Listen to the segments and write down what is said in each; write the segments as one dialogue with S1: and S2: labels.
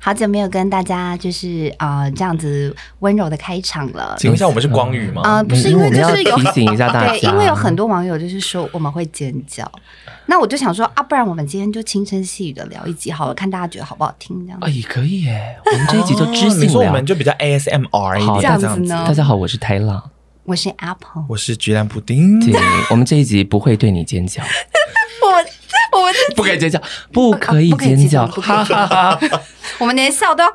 S1: 好久没有跟大家就是呃这样子温柔的开场了，
S2: 请问一下，我们是光宇吗？
S1: 呃不是因为
S3: 哦我们
S1: 就是有
S3: 要提醒一下大家，
S1: 对，因为有很多网友就是说我们会尖叫，那我就想说啊，不然我们今天就轻声细语的聊一集好了，看大家觉得好不好听这样
S3: 啊，。也可以耶。我们这一集就知
S2: 哦你
S3: 性
S2: 说我
S3: 聊。
S2: 们就比较 ASMR 一
S3: 好这
S2: 点
S1: 样
S2: 这样
S1: 子呢
S3: 大家好，我是泰拉。
S1: 我是 Apple，
S2: 我是橘蓝布丁，
S3: 对，我们这一集不会对你尖叫，
S1: 我我
S3: 不可以尖叫，不可以
S1: 啊不可以
S3: 尖叫，
S1: 尖叫不可以
S3: 哈哈哈。
S1: 我们连笑都要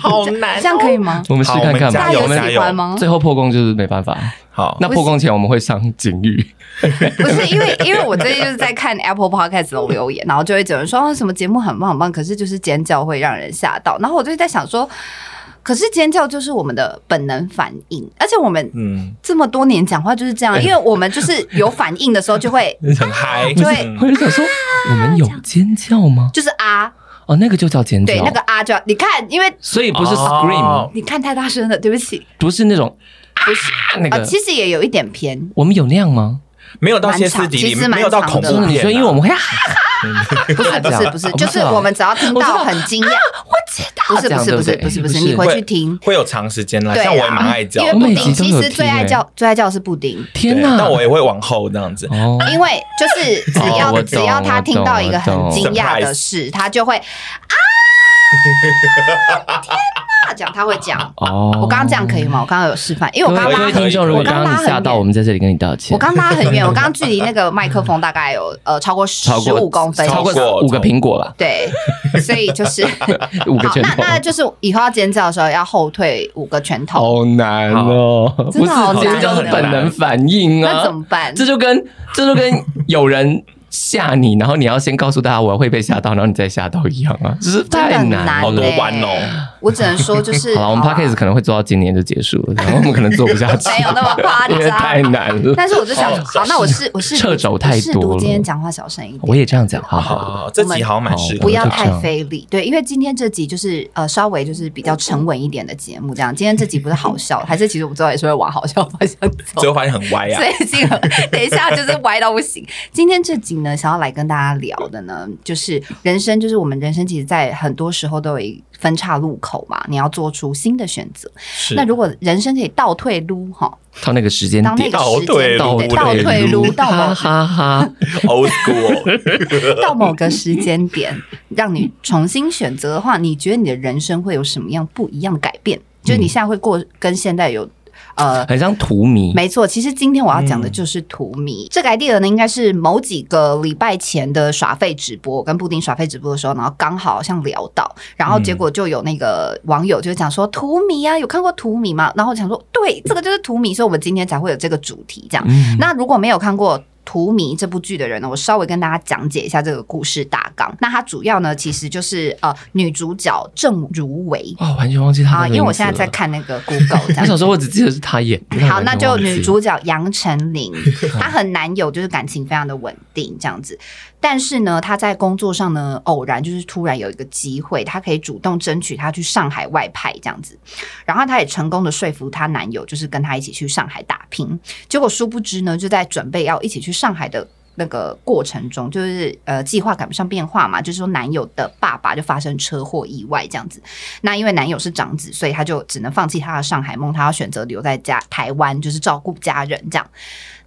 S2: 好难
S1: 这样可以吗？
S3: 我们试
S2: 好，我
S3: 看
S2: 们
S3: 看吧
S1: 大家
S2: 加。油哦
S1: 有
S2: 加
S1: 喜欢
S2: 油！
S1: 吗？
S3: 最后破功就是没办法。
S2: 好，
S3: 那破功前我们会上警语，
S1: 不是因为因为我最近就是在看 Apple Podcast 的留言，然后就会有人说、哦、什么节目很棒很棒，可是就是尖叫会让人吓到。然后我就在想说，可是尖叫就是我们的本能反应，而且我们
S2: 嗯，
S1: 这么多年讲话就是这样，因为我们就是有反应的时候就会
S2: 很嗨，
S1: 就会
S2: 嗯
S3: 我就想
S1: 啊
S3: 说，我们有尖叫吗？
S1: 就是啊，
S3: 哦，那个就叫尖叫
S1: 对，那个，啊就要你看，因为
S3: 所以不是
S2: 哦
S3: scream，
S1: 你看太大声了，对不起，
S3: 不是那种
S1: 不是
S3: 啊那
S1: 啊，
S3: 个。
S1: 其实也有一点 偏。
S3: 我们有那样吗？
S2: 没有到歇斯底
S1: 蛮长其实
S2: 里，
S1: 蛮
S2: 没有到恐怖
S3: 真
S1: 长
S3: 的，
S1: 的
S3: 你
S2: 片啊。
S3: 说因为我们会哈哈
S1: 不是不是不是，就是我们只要听到很惊讶，我知道，不是不是不是不是不是，你回去听，
S2: 会有长时间啦，
S1: 对
S2: 像我也
S1: 啊，
S2: 蛮爱叫
S1: 因为
S2: 的，
S1: 布
S3: 我每
S1: 丁
S3: 集都
S1: 其
S3: 有
S1: 实最
S3: 听
S1: 爱
S3: 欸
S1: 叫最爱叫的是布丁，
S3: 天
S2: 对
S3: 哪！
S2: 但我也会往后这样子。
S3: 哦，
S1: 因为就是只要、
S3: 哦我懂
S1: 只要他听到一个很
S3: 我懂
S1: 惊讶的事，他就会啊，天哪，讲他会讲。
S3: 哦，
S1: 我刚刚这样可以吗？我刚刚有示范，因为我刚
S3: 各
S1: 刚
S3: 位
S1: 拉
S3: 听众，如果
S1: 我刚
S3: 刚刚
S1: 拉
S3: 你
S1: 很
S3: 吓到，
S1: 远
S3: 我们在这里跟你道歉。
S1: 我刚拉很远，我刚刚距离那个麦克风大概有呃超过十
S3: 超过
S1: 五公分以上，
S3: 超过
S2: 超过
S3: 五个苹果了，
S1: 对，所以就是
S3: 五个
S1: 好
S3: 拳
S1: 那
S3: 头，
S1: 那就是以后要尖叫的时候要后退五个拳头，
S3: 好难哦，
S1: 真的好
S3: 不是
S1: 难
S3: 这叫做
S1: 哦
S3: 本能反应啊，
S1: 那怎么办？
S3: 这就跟这就跟有人吓你，然后你要先告诉大家我会被吓到，然后你再吓到一样啊，就是太
S1: 真的很
S3: 难了。
S2: 好多
S1: 欸
S2: 弯哦。
S1: 我只能说就是，
S3: 好了，我们
S1: 好啦
S3: podcast 可能会做到今年就结束了，然后我们可能做不下去，
S1: 没有那么夸
S3: 因为太
S1: 张。
S3: 难了。
S1: 但是我就想，好，那我试我试
S3: 掣肘太多了
S1: 试图今天讲话小声一
S3: 我
S1: 点，
S3: 也这样讲，好
S2: 好
S3: 好。
S2: 好，好这集好像蛮适合的，
S1: 不要太
S3: 就这样
S1: 费力。对，因为今天这集就是呃稍微就是比较沉稳一点的节目，这样。今天这集不是好笑，还是其实我们最后也是会往好笑方向走
S2: 最。后发现很歪啊。
S1: 最近等一下就是歪到不行。今天这集呢，想要来跟大家聊的呢，就是人生，就是我们人生其实，在很多时候都有一分岔路口嘛，你要做出新的选择。
S2: 是
S1: 那如果人生可以倒退撸哈，
S3: 到那个时间
S1: 到那
S3: 点，
S1: 个时间
S2: 倒
S1: 对
S2: 退路
S1: 倒退撸到
S3: 哈
S1: 某
S3: 哈哈，
S2: old school，
S1: 到某个时间点，让你重新选择的话，你觉得你的人生会有什么样不一样的改变？就是你现在会过跟现在有呃
S3: 很像荼蘼。
S1: 没错，其实今天我要讲的就是荼
S3: 嗯
S1: 蘼、这个 idea 呢，应该是某几个礼拜前的耍废直播，我跟布丁耍废直播的时候，然后刚好好像聊到，然后结果就有那个网友就讲说荼蘼啊，有看过荼蘼吗？然后我想说，对，这个就是荼蘼，所以我们今天才会有这个主题这样。
S3: 嗯，
S1: 那如果没有看过《荼蘼》这部剧的人呢，我稍微跟大家讲解一下这个故事大纲。那它主要呢，其实就是呃，女主角郑如薇
S3: 哇，完全忘记他
S1: 啊，
S3: 哦的
S1: 因为我
S3: 名字
S1: 现在在
S3: 了。
S1: 看那个 Google 这
S3: 我
S1: 样
S3: 小。时候我只记得是他演。
S1: 好，那就
S3: 完全忘记
S1: 女主角杨丞 琳，她和男友就是感情非常的稳定这样子，但是呢，她在工作上呢，偶然就是突然有一个机会，她可以主动争取她去上海外派这样子，然后她也成功的说服她男友，就是跟她一起去上海打拼，结果殊不知呢，就在准备要一起去上海的。那个过程中，就是呃，计划赶不上变化嘛，就是说男友的爸爸就发生车祸意外这样子，那因为男友是长子，所以他就只能放弃他的上海梦，他要选择留在家台湾，就是照顾家人这样。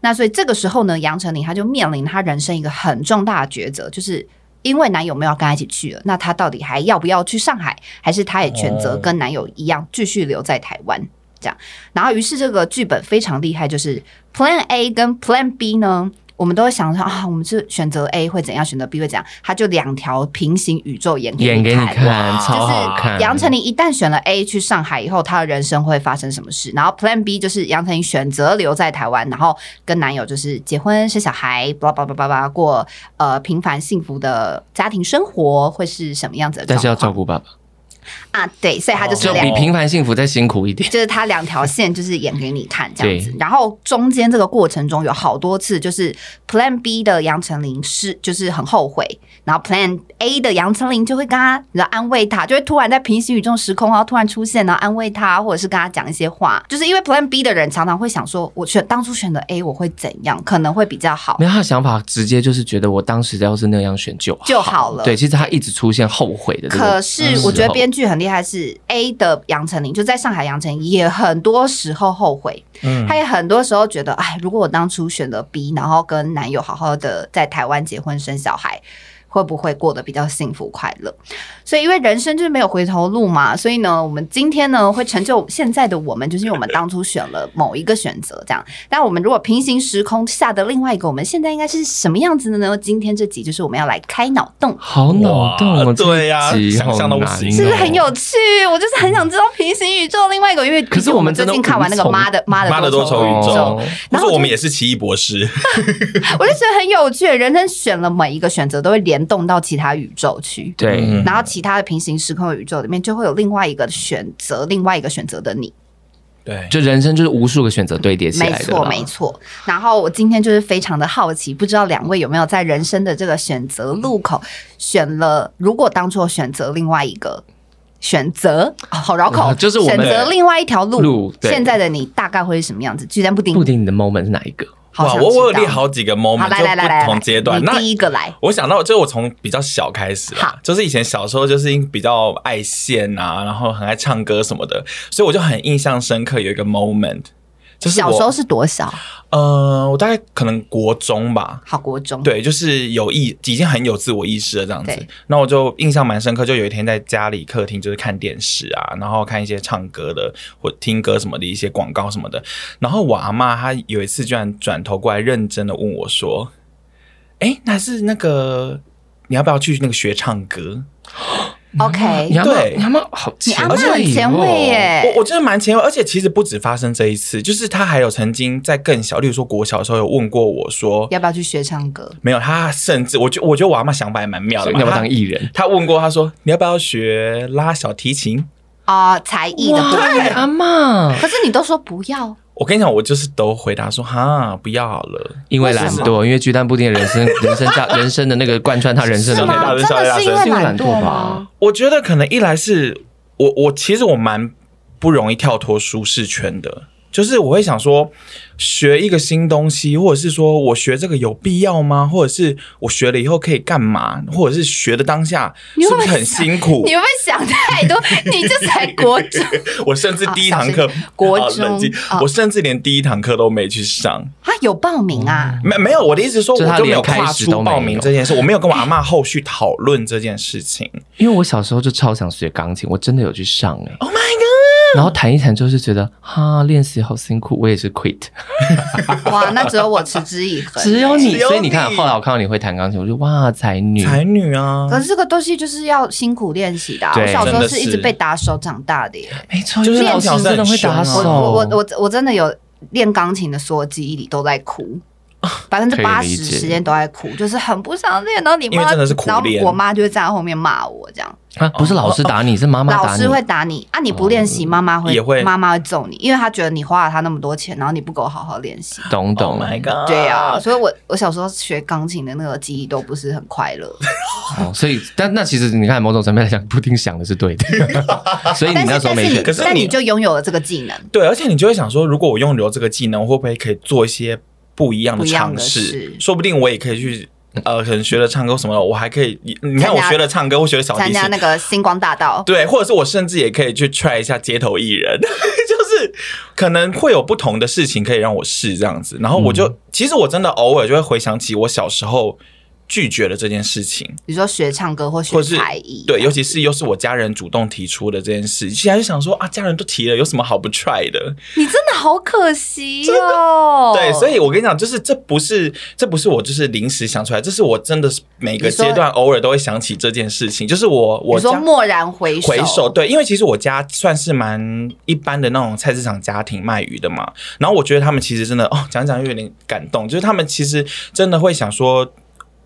S1: 那所以这个时候呢，杨丞琳她就面临她人生一个很重大的抉择，就是。因为男友没有跟她一起去了，那她到底还要不要去上海？还是她也选
S3: 哦
S1: 择跟男友一样继续留在台湾？这样，然后于是这个剧本非常厉害，就是 Plan A 跟 Plan B 呢，我们都会想说啊，我们是选择 A 会怎样，选择 B 会怎样，它就两条平行宇宙演
S3: 演给你看，
S1: 就
S3: 超好看。
S1: 是杨丞琳一旦选了 A 去上海以后，她的人生会发生什么事？然后 Plan B 就是杨丞琳选择留在台湾，然后跟男友就是结婚生小孩，巴拉巴拉巴拉
S3: 嗯
S1: 巴拉过呃平凡幸福的家庭生活会是什么样子的？
S3: 但是要照，顾爸爸，哦
S1: 啊，对，所以他就是
S3: 就
S1: 两
S3: 比平凡幸福再辛苦一点。
S1: 就是他两条线就是演给你看这样子
S3: 对，
S1: 然后中间这个过程中有好多次，就是 Plan B 的杨丞琳是就是很后悔，然后 Plan A 的杨丞琳就会跟他，然后安慰他，就会突然在平行宇宙时空，然后突然出现，然后安慰他，或者是跟他讲一些话，就是因为 Plan B 的人常常会想说，我选当初选的 A 我会怎样，可能会比较好
S3: 没，有他的想法，直接就是觉得我当时要是那样选就好
S1: 就好了
S3: 对，其实他一直出现后悔的这个时候。
S1: 可是我觉得编剧很厉害，是 A 的杨丞琳，就在上海杨丞琳也很多时候后悔，
S2: 嗯
S1: 她也很多时候觉得，哎，如果我当初选了 B，然后跟男友好好的在台湾结婚生小孩。会不会过得比较幸福快乐？所以，因为人生就是没有回头路嘛，所以呢，我们今天呢会成就现在的我们，就是因为我们当初选了某一个选择，这样。但我们如果平行时空下的另外一个，我们现在应该是什么样子的呢？今天这集就是我们要来开脑洞
S3: 好脑洞
S2: 哇
S3: 哦，
S2: 对呀
S3: 这一集
S2: 想象都不
S3: 好难
S2: 行
S1: 是不是
S2: 哦
S1: 很有趣？我就是很想知道平行宇宙另外一个，因为
S3: 可是我们
S1: 最
S3: 真的
S1: 近看完那个《
S3: 无从
S1: 妈的妈
S2: 妈
S1: 的
S2: 的多
S1: 重
S2: 重
S1: 宇
S2: 宇
S1: 宙
S2: 宙
S3: 哦，
S2: 不
S1: 然
S2: 是
S1: 后
S2: 我们也是奇异博士，
S1: 我就觉得很有趣。人生选了每一个选择，都会联动到其他宇宙去，
S3: 对，
S2: 嗯
S1: 然后其他的平行时空的宇宙里面就会有另外一个选择，另外一个选择的你。
S2: 对，
S3: 就人生就是无数个选择堆叠起
S1: 没
S3: 来的
S1: 错，
S3: 啦，
S1: 没错。然后我今天就是非常的好奇，不知道两位有没有在人生的这个选择路口选了？如果当初我选择另外一个选择，哦好绕口，
S3: 嗯就是我
S1: 选
S3: 们
S1: 择另外一条路。
S3: 路对
S1: 现在的你大概会是什么样子？居然不丁
S3: 布丁，你的 moment 是哪一个？
S1: 好想知道
S2: 我我有列好几个 moment，
S1: 好来
S2: 就
S1: 来来来
S2: 不
S1: 来，
S2: 同阶段。
S1: 你
S2: 那
S1: 第一个来，
S2: 我想到，就是我从比较小开始啦
S1: 好，
S2: 就是以前小时候就是比较爱现啊，然后很爱唱歌什么的，所以我就很印象深刻有一个 moment，就是
S1: 小
S2: 我
S1: 时候是多少？
S2: 呃，我大概可能国中吧。
S1: 好，国中，
S2: 对，就是有意，已经很有自我意识了这样子
S1: 对。
S2: 那我就印象蛮深刻，就有一天在家里客厅就是看电视啊，然后看一些唱歌的或听歌什么的一些广告什么的。然后我阿妈她有一次居然转头过来认真的问我说：“哎、那是那个你要不要去那个学唱歌？”
S3: 啊你
S1: ，OK，
S3: 要不要
S2: 对
S3: 你要不要好
S1: 你
S3: 前
S1: 阿
S3: 卫、
S1: 妈
S3: 哦，
S1: 很前卫耶，
S2: 我我真的蛮前卫，而且其实不止发生这一次，就是她还有曾经在更小，例如说国小的时候有问过我说。
S1: 要不要去学唱歌？
S2: 没有，她甚至我觉我觉得我阿妈想法也蛮妙
S3: 所
S2: 的
S3: 以
S2: 嘛。
S3: 你要不要
S2: 她
S3: 当艺人？
S2: 他问过，他说你要不要学拉小提琴？
S1: 啊，才艺的部分。
S3: 阿妈，
S1: 可是你都说不要，
S2: 我跟你讲，我就是都回答说哈，不要好了。
S3: 因为懒惰，因为巨蛋布丁的人生人生价人生的那个贯穿他人生
S1: 是
S3: 的
S2: 吗
S1: 吗？真的是因为懒惰吗？
S2: 我觉得可能一来是我我其实我蛮不容易跳脱舒适圈的，就是我会想说学一个新东西，或者是说我学这个有必要吗？或者是我学了以后可以干嘛？或者是学的当下
S1: 你
S2: 是
S1: 会不
S2: 不
S1: 会
S2: 是很辛苦
S1: 你？会不会想太 多？你这才国中
S2: 我甚至第一堂课
S1: 啊小心国
S2: 好冷静
S1: 中啊
S2: 我甚至连第一堂课都没去上。
S1: 啊，有报名啊？
S2: 没没有，我的意思是说，
S3: 就他
S2: 我就没有
S3: 连开
S2: 跨
S3: 始
S2: 出
S3: 都没
S2: 报名
S3: 有
S2: 这件事，我没有跟我阿妈后续讨论这件 事情。
S3: 因为我小时候就超想学钢琴，我真的有去上哎、Oh
S1: 嗯
S3: my god！然后弹一弹就是觉得哈练习好辛苦，我也是 quit。
S1: 哇，那只有我持之以恒。
S3: 嗯 只有你，
S2: 只有
S3: 所以你看
S2: 你
S3: 后来我看到你会弹钢琴，我就哇才女，
S2: 才女啊，
S1: 可是这个东西就是要辛苦练习的啊。
S3: 对
S1: 我小时候是一直
S2: 真的是
S1: 被打手长大的耶。
S3: 没错，
S2: 就是
S3: 因哎为老
S2: 练
S3: 师啊
S2: 习
S3: 真的会打
S2: 是
S1: 我
S3: 手。
S1: 我
S2: 哦
S1: 我我我真的有练钢琴的所有记忆里都在 哭，百分之八
S3: 可以
S1: 十
S3: 理解
S1: 时间都在哭，就是很不想练。然后你
S2: 因
S1: 妈
S2: 为真的是苦
S1: 然后
S2: 练
S1: 我妈就会站在后面骂我这样，
S3: 啊，不是老师打你，是妈妈打你。
S1: 哦老师会打你啊！你不练习，妈妈会
S2: 哦也会
S1: 妈妈会揍你，因为她觉得你花了她那么多钱，然后你不给我好好练习。
S3: 懂懂
S2: Oh my god！
S1: 对啊，，所以我我小时候学钢琴的那个记忆都不是很快乐，
S3: 哦，所以但那其实你看，某种层面来讲，布丁想的是对的，所以你
S1: 但
S3: 那
S1: 是
S3: 时候
S1: 但是
S3: 没选
S1: 你
S3: 择
S2: 可是
S1: 但
S2: 你
S1: 你就拥有了这个技能，
S2: 对，而且你就会想说，如果我用留这个技能，我会不会可以做一些不一样的
S1: 不一样
S2: 尝
S1: 的
S2: 试
S1: 事？
S2: 说不定我也可以去。呃，可能学了唱歌什么的，我还可以。你
S1: 参加
S2: 看，我学了唱歌，或学了小提
S1: 参
S2: 琴
S1: 加，那个星光大道。
S2: 对，或者是我甚至也可以去 try 一下街头艺人， 就是可能会有不同的事情可以让我试这样子。然后我
S1: 嗯
S2: 就、其实我真的偶尔就会回想起我小时候拒绝了这件事情，
S1: 比如说学唱歌或
S2: 或
S1: 学
S2: 是
S1: 才艺，
S2: 对，尤其是又是我家人主动提出的这件事，现在就想说啊，家人都提了，有什么好不 try 的？
S1: 你真的好可惜哦。
S2: 对，所以我跟你讲，就是这不是这不是我就是临时想出来，这是我真的是每个
S1: 你说
S2: 阶段偶尔都会想起这件事情，就是我我
S1: 你说
S2: 家
S1: 蓦然回首，
S2: 回首，对，因为其实我家算是蛮一般的那种菜市场家庭卖鱼的嘛，然后我觉得他们其实真的哦，讲讲又有点感动，就是他们其实真的会想说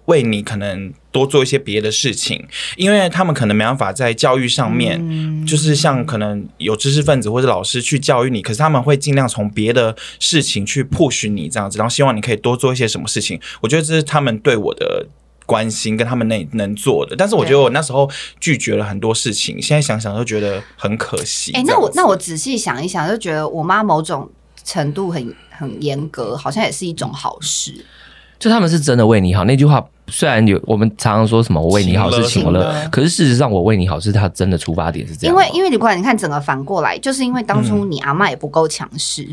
S2: 为你可能多做一些别的事情，因为他们可能没办法在教育上面，
S1: 嗯
S2: 就是像可能有知识分子或者老师去教育你，可是他们会尽量从别的事情去 push 你这样子，然后希望你可以多做一些什么事情。我觉得这是他们对我的。关心跟他们那能做的，但是我觉得我那时候拒绝了很多事情，现在想想都觉得很可惜。
S1: 哎、
S2: 这
S1: 那
S2: 样
S1: 我
S2: 子
S1: 那我仔细想一想，就觉得我妈某种程度很很严格，好像也是一种好
S2: 嗯
S1: 事。
S3: 就他们是真的为你好。那句话虽然有我们常常说什么“我为你好”是情
S1: 情
S3: 了，
S2: 勒
S3: 可是事实上“我为你好”是他真的出发点是这
S1: 因
S3: 样。
S1: 为因为你不管你看整个反过来，就是因为当初你阿妈也不够强势，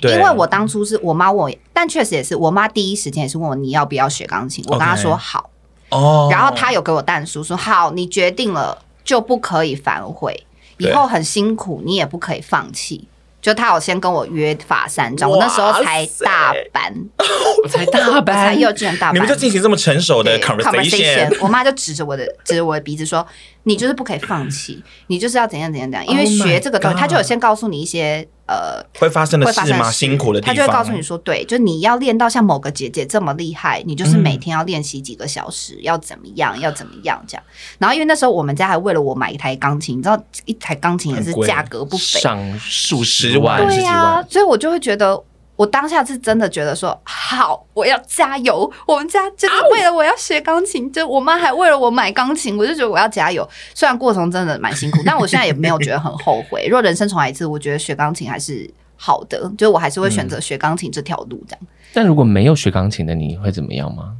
S2: 对啊
S1: 因为我当初是我妈问我，但确实也是我妈第一时间也是问我你要不要学钢琴，我跟她
S2: OK
S1: 说好
S2: 哦，
S1: 然后她有给我淡书说好，你决定了就不可以反悔，以
S2: 对
S1: 后很辛苦你也不可以放弃。就她有先跟我约法三章，我那时候才
S2: 哇塞
S1: 大班，
S3: 我才大
S1: 我才
S3: 班，
S1: 幼稚园大班，
S2: 你们就进行这么成熟的
S1: 对
S2: conversation，
S1: 我妈就指着我的指着我的鼻子说：“你就是不可以放弃，你就是要怎样怎样怎样。”因为
S2: Oh my
S1: 学这个东西，她就有
S2: God
S1: 先告诉你一些呃
S2: 会发生的
S1: 会发
S2: 事
S1: 生
S2: 吗？
S1: 事
S2: 辛苦的地
S1: 她
S2: 方，欸
S1: 就会告诉你说：“对，就你要练到像某个姐姐这么厉害，你就是
S2: 嗯
S1: 每天要练习几个小时，要怎么样，要怎么样这样。”然后因为那时候我们家还为了我买一台钢琴，你知道一台钢琴也是
S2: 很贵
S1: 价格不菲，
S3: 上数十
S2: 十
S3: 万
S2: 万还是
S1: 对
S2: 几
S1: 呀、
S2: 万
S1: 所以我就会觉得，我当下是真的觉得说，好，我要加油。我们家就是为了我要学钢琴，就我妈还为了我买钢琴，我就觉得我要加油。虽然过程真的蛮辛 苦，但我现在也没有觉得很后悔。如果人生重来一次，我觉得学钢琴还是好的，就是我还是会选
S3: 嗯
S1: 择学钢琴这条路这样。
S3: 但如果没有学钢琴的，你会怎么样吗？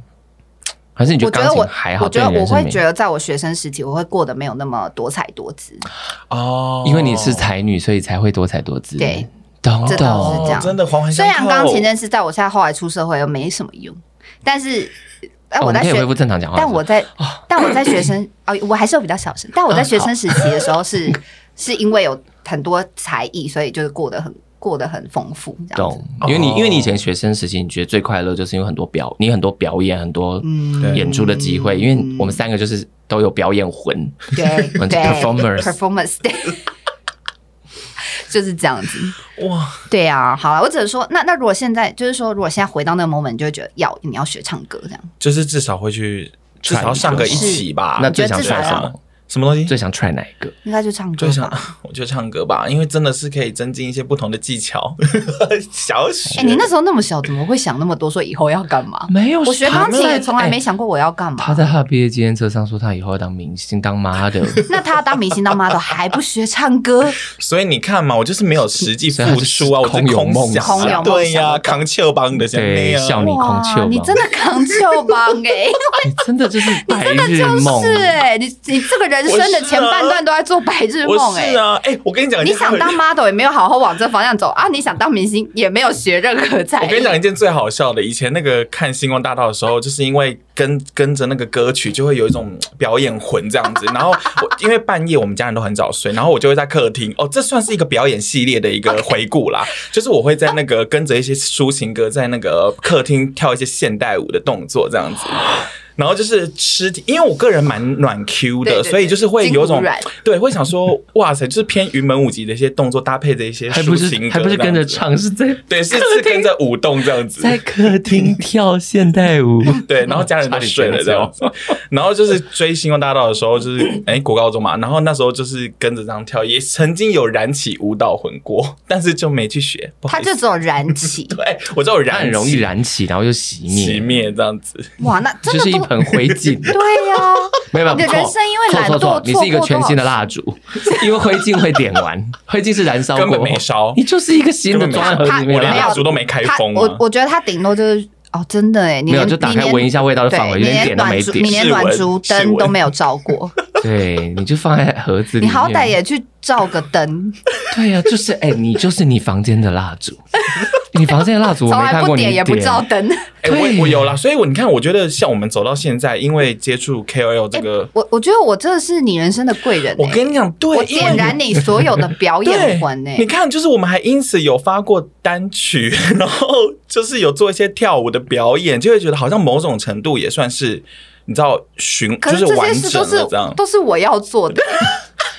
S3: 还是你觉
S1: 我
S3: 得
S1: 觉
S3: 钢
S1: 得
S3: 琴
S1: 我
S3: 还，好？
S1: 我觉得
S3: 对你
S1: 我
S3: 人生
S1: 会
S3: 没
S1: 觉得，在我学生时期，我会过得没有那么多彩多姿。
S2: 哦，
S3: 因为你是才女，所以才会多才多姿。
S1: 对，
S3: 懂
S1: 这倒是
S3: 懂
S1: 这。样
S2: 哦真的环环
S1: 虽
S2: 相
S1: 然
S2: 扣。
S1: 钢琴这件事在我现在后来出社会又没什么用，但是。但
S3: 哦
S1: 哎我在
S3: 们可以
S1: 学
S3: 恢复正常讲话。
S1: 但我在，
S3: 啊
S1: 但我在学生，哦，我还是有比较小声。但我在
S3: 嗯
S1: 学生时期的时候是，是因为有很多才艺，所以就是过得很过得很丰富，这样子
S3: 懂。，因为你、
S2: 哦
S3: 因为你以前学生时期，你觉得最快乐就是因为很多表，你很多表演，很多
S1: 嗯
S2: 对
S3: 演出的机会。因为我们三个就是都有表演魂，
S1: 对
S3: 我们
S1: 对
S3: performers
S1: performance 对， 就是这样子。
S2: 哇，
S1: 对啊，好了，我只能说，那那如果现在就是说，如果现在回到那个 moment，你就会觉得要你要学唱歌这样，
S2: 就是至少会去，至少上个一起吧。
S3: 那
S1: 啊觉
S3: 最
S1: 得
S3: 想
S1: 至少
S3: 踹什
S1: 要
S3: 么？
S2: 什么东西？
S3: 最想踹哪一个？
S1: 应该就唱歌
S2: 最想
S1: 吧。
S2: 我就唱歌吧，因为真的是可以增进一些不同的技巧。 小雪，
S1: 哎、你那时候那么小，怎么会想那么多？说以后要干嘛？
S3: 没有
S1: 我学钢琴也从来没
S3: 想。
S1: 想过我要干嘛。
S3: 他在他的毕业纪念册上说，他以后要当明星，当 model，
S1: 那他当明星当 model 还不学唱歌，
S2: 所以你看嘛，我就是没有实际付出啊，我
S3: 所以他就
S2: 是
S3: 是空有梦
S2: 想
S1: 空有
S2: 啊，
S1: 梦想
S2: 对呀，扛球帮的像那
S3: 对，笑
S2: 样。
S3: 你
S1: 哇
S3: 空丘，
S1: 你真的扛球 帮哎，
S3: 你真的就是白日梦，
S1: 是哎、你你这个人生的前半段都在做白日
S2: 我
S1: 梦哎、
S2: 是啊，哎，我跟你讲，
S1: 你想当 model 也没有好好往这方向走啊！你想当明星也没有学任何才艺。
S2: 我跟你讲一件最好笑的，以前那个看星光大道的时候，就是因为跟跟着那个歌曲，就会有一种嗯表演魂这样子。然后我因为半夜我们家人都很早睡，然后我就会在客厅哦，这算是一个表演系列的一个回 顾啦。就是我会在那个跟着一些抒情歌，在那个客厅跳一些现代舞的动作这样子。然后就是吃，因为我个人蛮软 Q 的，
S1: 对对对
S2: 所以就是会有
S1: 筋骨
S2: 种
S1: 软
S2: 对，会想说哇塞，就是偏云门舞集的一些动作搭配着一些
S3: 还不
S2: 抒情
S3: 是
S2: 歌，
S3: 还不是跟着，唱，是 在
S2: 对，是是跟着舞动这样子，
S3: 在客厅跳现 代舞。
S2: 对，然后家人都睡了这样子，然后就是追《星光大道》的时候，就是哎、国高中嘛，然后那时候就是跟着这样跳，也曾经有燃起舞蹈魂过，但是就没去学，不好
S1: 他
S2: 意
S1: 就
S2: 思，
S1: 只有燃 起，
S2: 对我知道有
S3: 它
S2: 燃
S3: 很容易燃起，然后又熄
S2: 熄
S3: 灭，
S2: 灭这样子，
S1: 哇，那真
S3: 就
S1: 的
S3: 是一
S1: 都
S3: 盆灰烬。
S1: 对 呀、
S3: 没有没有，
S1: 你的
S3: 错
S1: 人生因为
S3: 错
S1: 懒
S3: 错
S1: 惰
S3: 错你
S1: 错
S3: 是一个
S1: 过
S3: 全
S1: 多
S3: 新的
S1: 少
S3: 蜡烛， 因为灰烬会点完，灰烬是燃烧
S2: 根
S3: 过
S2: 本没烧
S3: 你就是一个新的
S2: 根本没
S3: 装在
S2: 烧
S3: 盒子
S1: 它
S3: 里
S2: 我
S3: 面
S2: 连
S1: 没
S3: 了。
S1: 有
S2: 蜡烛都没开
S1: 他
S2: 封
S1: 我
S2: 啊。
S1: 我觉得他顶多就是哦，真的哎，你
S3: 没有
S1: 连
S3: 就打
S1: 你
S3: 开
S1: 连
S3: 闻一下味道就
S1: 对
S3: 放回，去，
S1: 你连
S3: 连点都没
S1: 暖烛你
S3: 点。
S1: 连
S2: 试闻
S1: 暖烛
S2: 试
S1: 灯
S2: 闻
S1: 都没有照 过，
S3: 对，你就放在盒子里
S1: 你
S3: 面。
S1: 好歹也去照个灯，
S3: 对呀，就是哎，你就是你房间的蜡 烛，你房间的蜡烛我
S1: 从
S3: 没
S1: 来
S3: 看
S1: 不
S3: 过你
S1: 点也不照灯。
S2: 哎、
S3: 对
S2: 我我有啦，所以我你看，我觉得像我们走到现在，因为接触 KOL 这个，
S1: 我我觉得我真的是你人生的贵人、欸，
S2: 我跟你讲，对，
S1: 我
S2: 因为
S1: 点燃你所有的表
S2: 对，
S1: 演欸魂呢、
S2: 你看，就是我们还因此有发过单曲， 然后就是有做一些跳舞的表演，就会觉得好像某种程度也算是你知道循，
S1: 可
S2: 就是
S1: 这
S2: 完
S1: 些事
S2: 整
S1: 都是
S2: 了这样。
S1: 都是我要做的，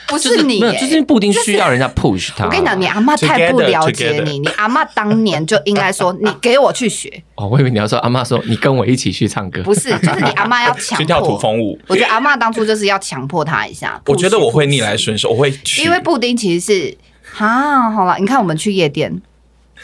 S1: 不
S3: 就是
S1: 你
S3: 没有，
S1: 耶
S3: 就是布丁需要人家 push 他。
S1: 我跟你讲，你啊阿妈太不
S2: Together，
S1: 了解
S2: together
S1: 你，你阿妈当年就应该说，你给我去学，
S3: 哦，我以为你要说阿妈说你跟我一起去唱歌，
S1: 不是，就是你阿妈要强
S2: 去跳土
S1: 迫。
S2: 风舞。
S1: 我觉得阿妈当初就是要强迫他一下。
S2: 我觉得我会
S1: push，
S2: 逆来顺受，我会去，
S1: 因为布丁其实是啊，好了，你看我们去夜店，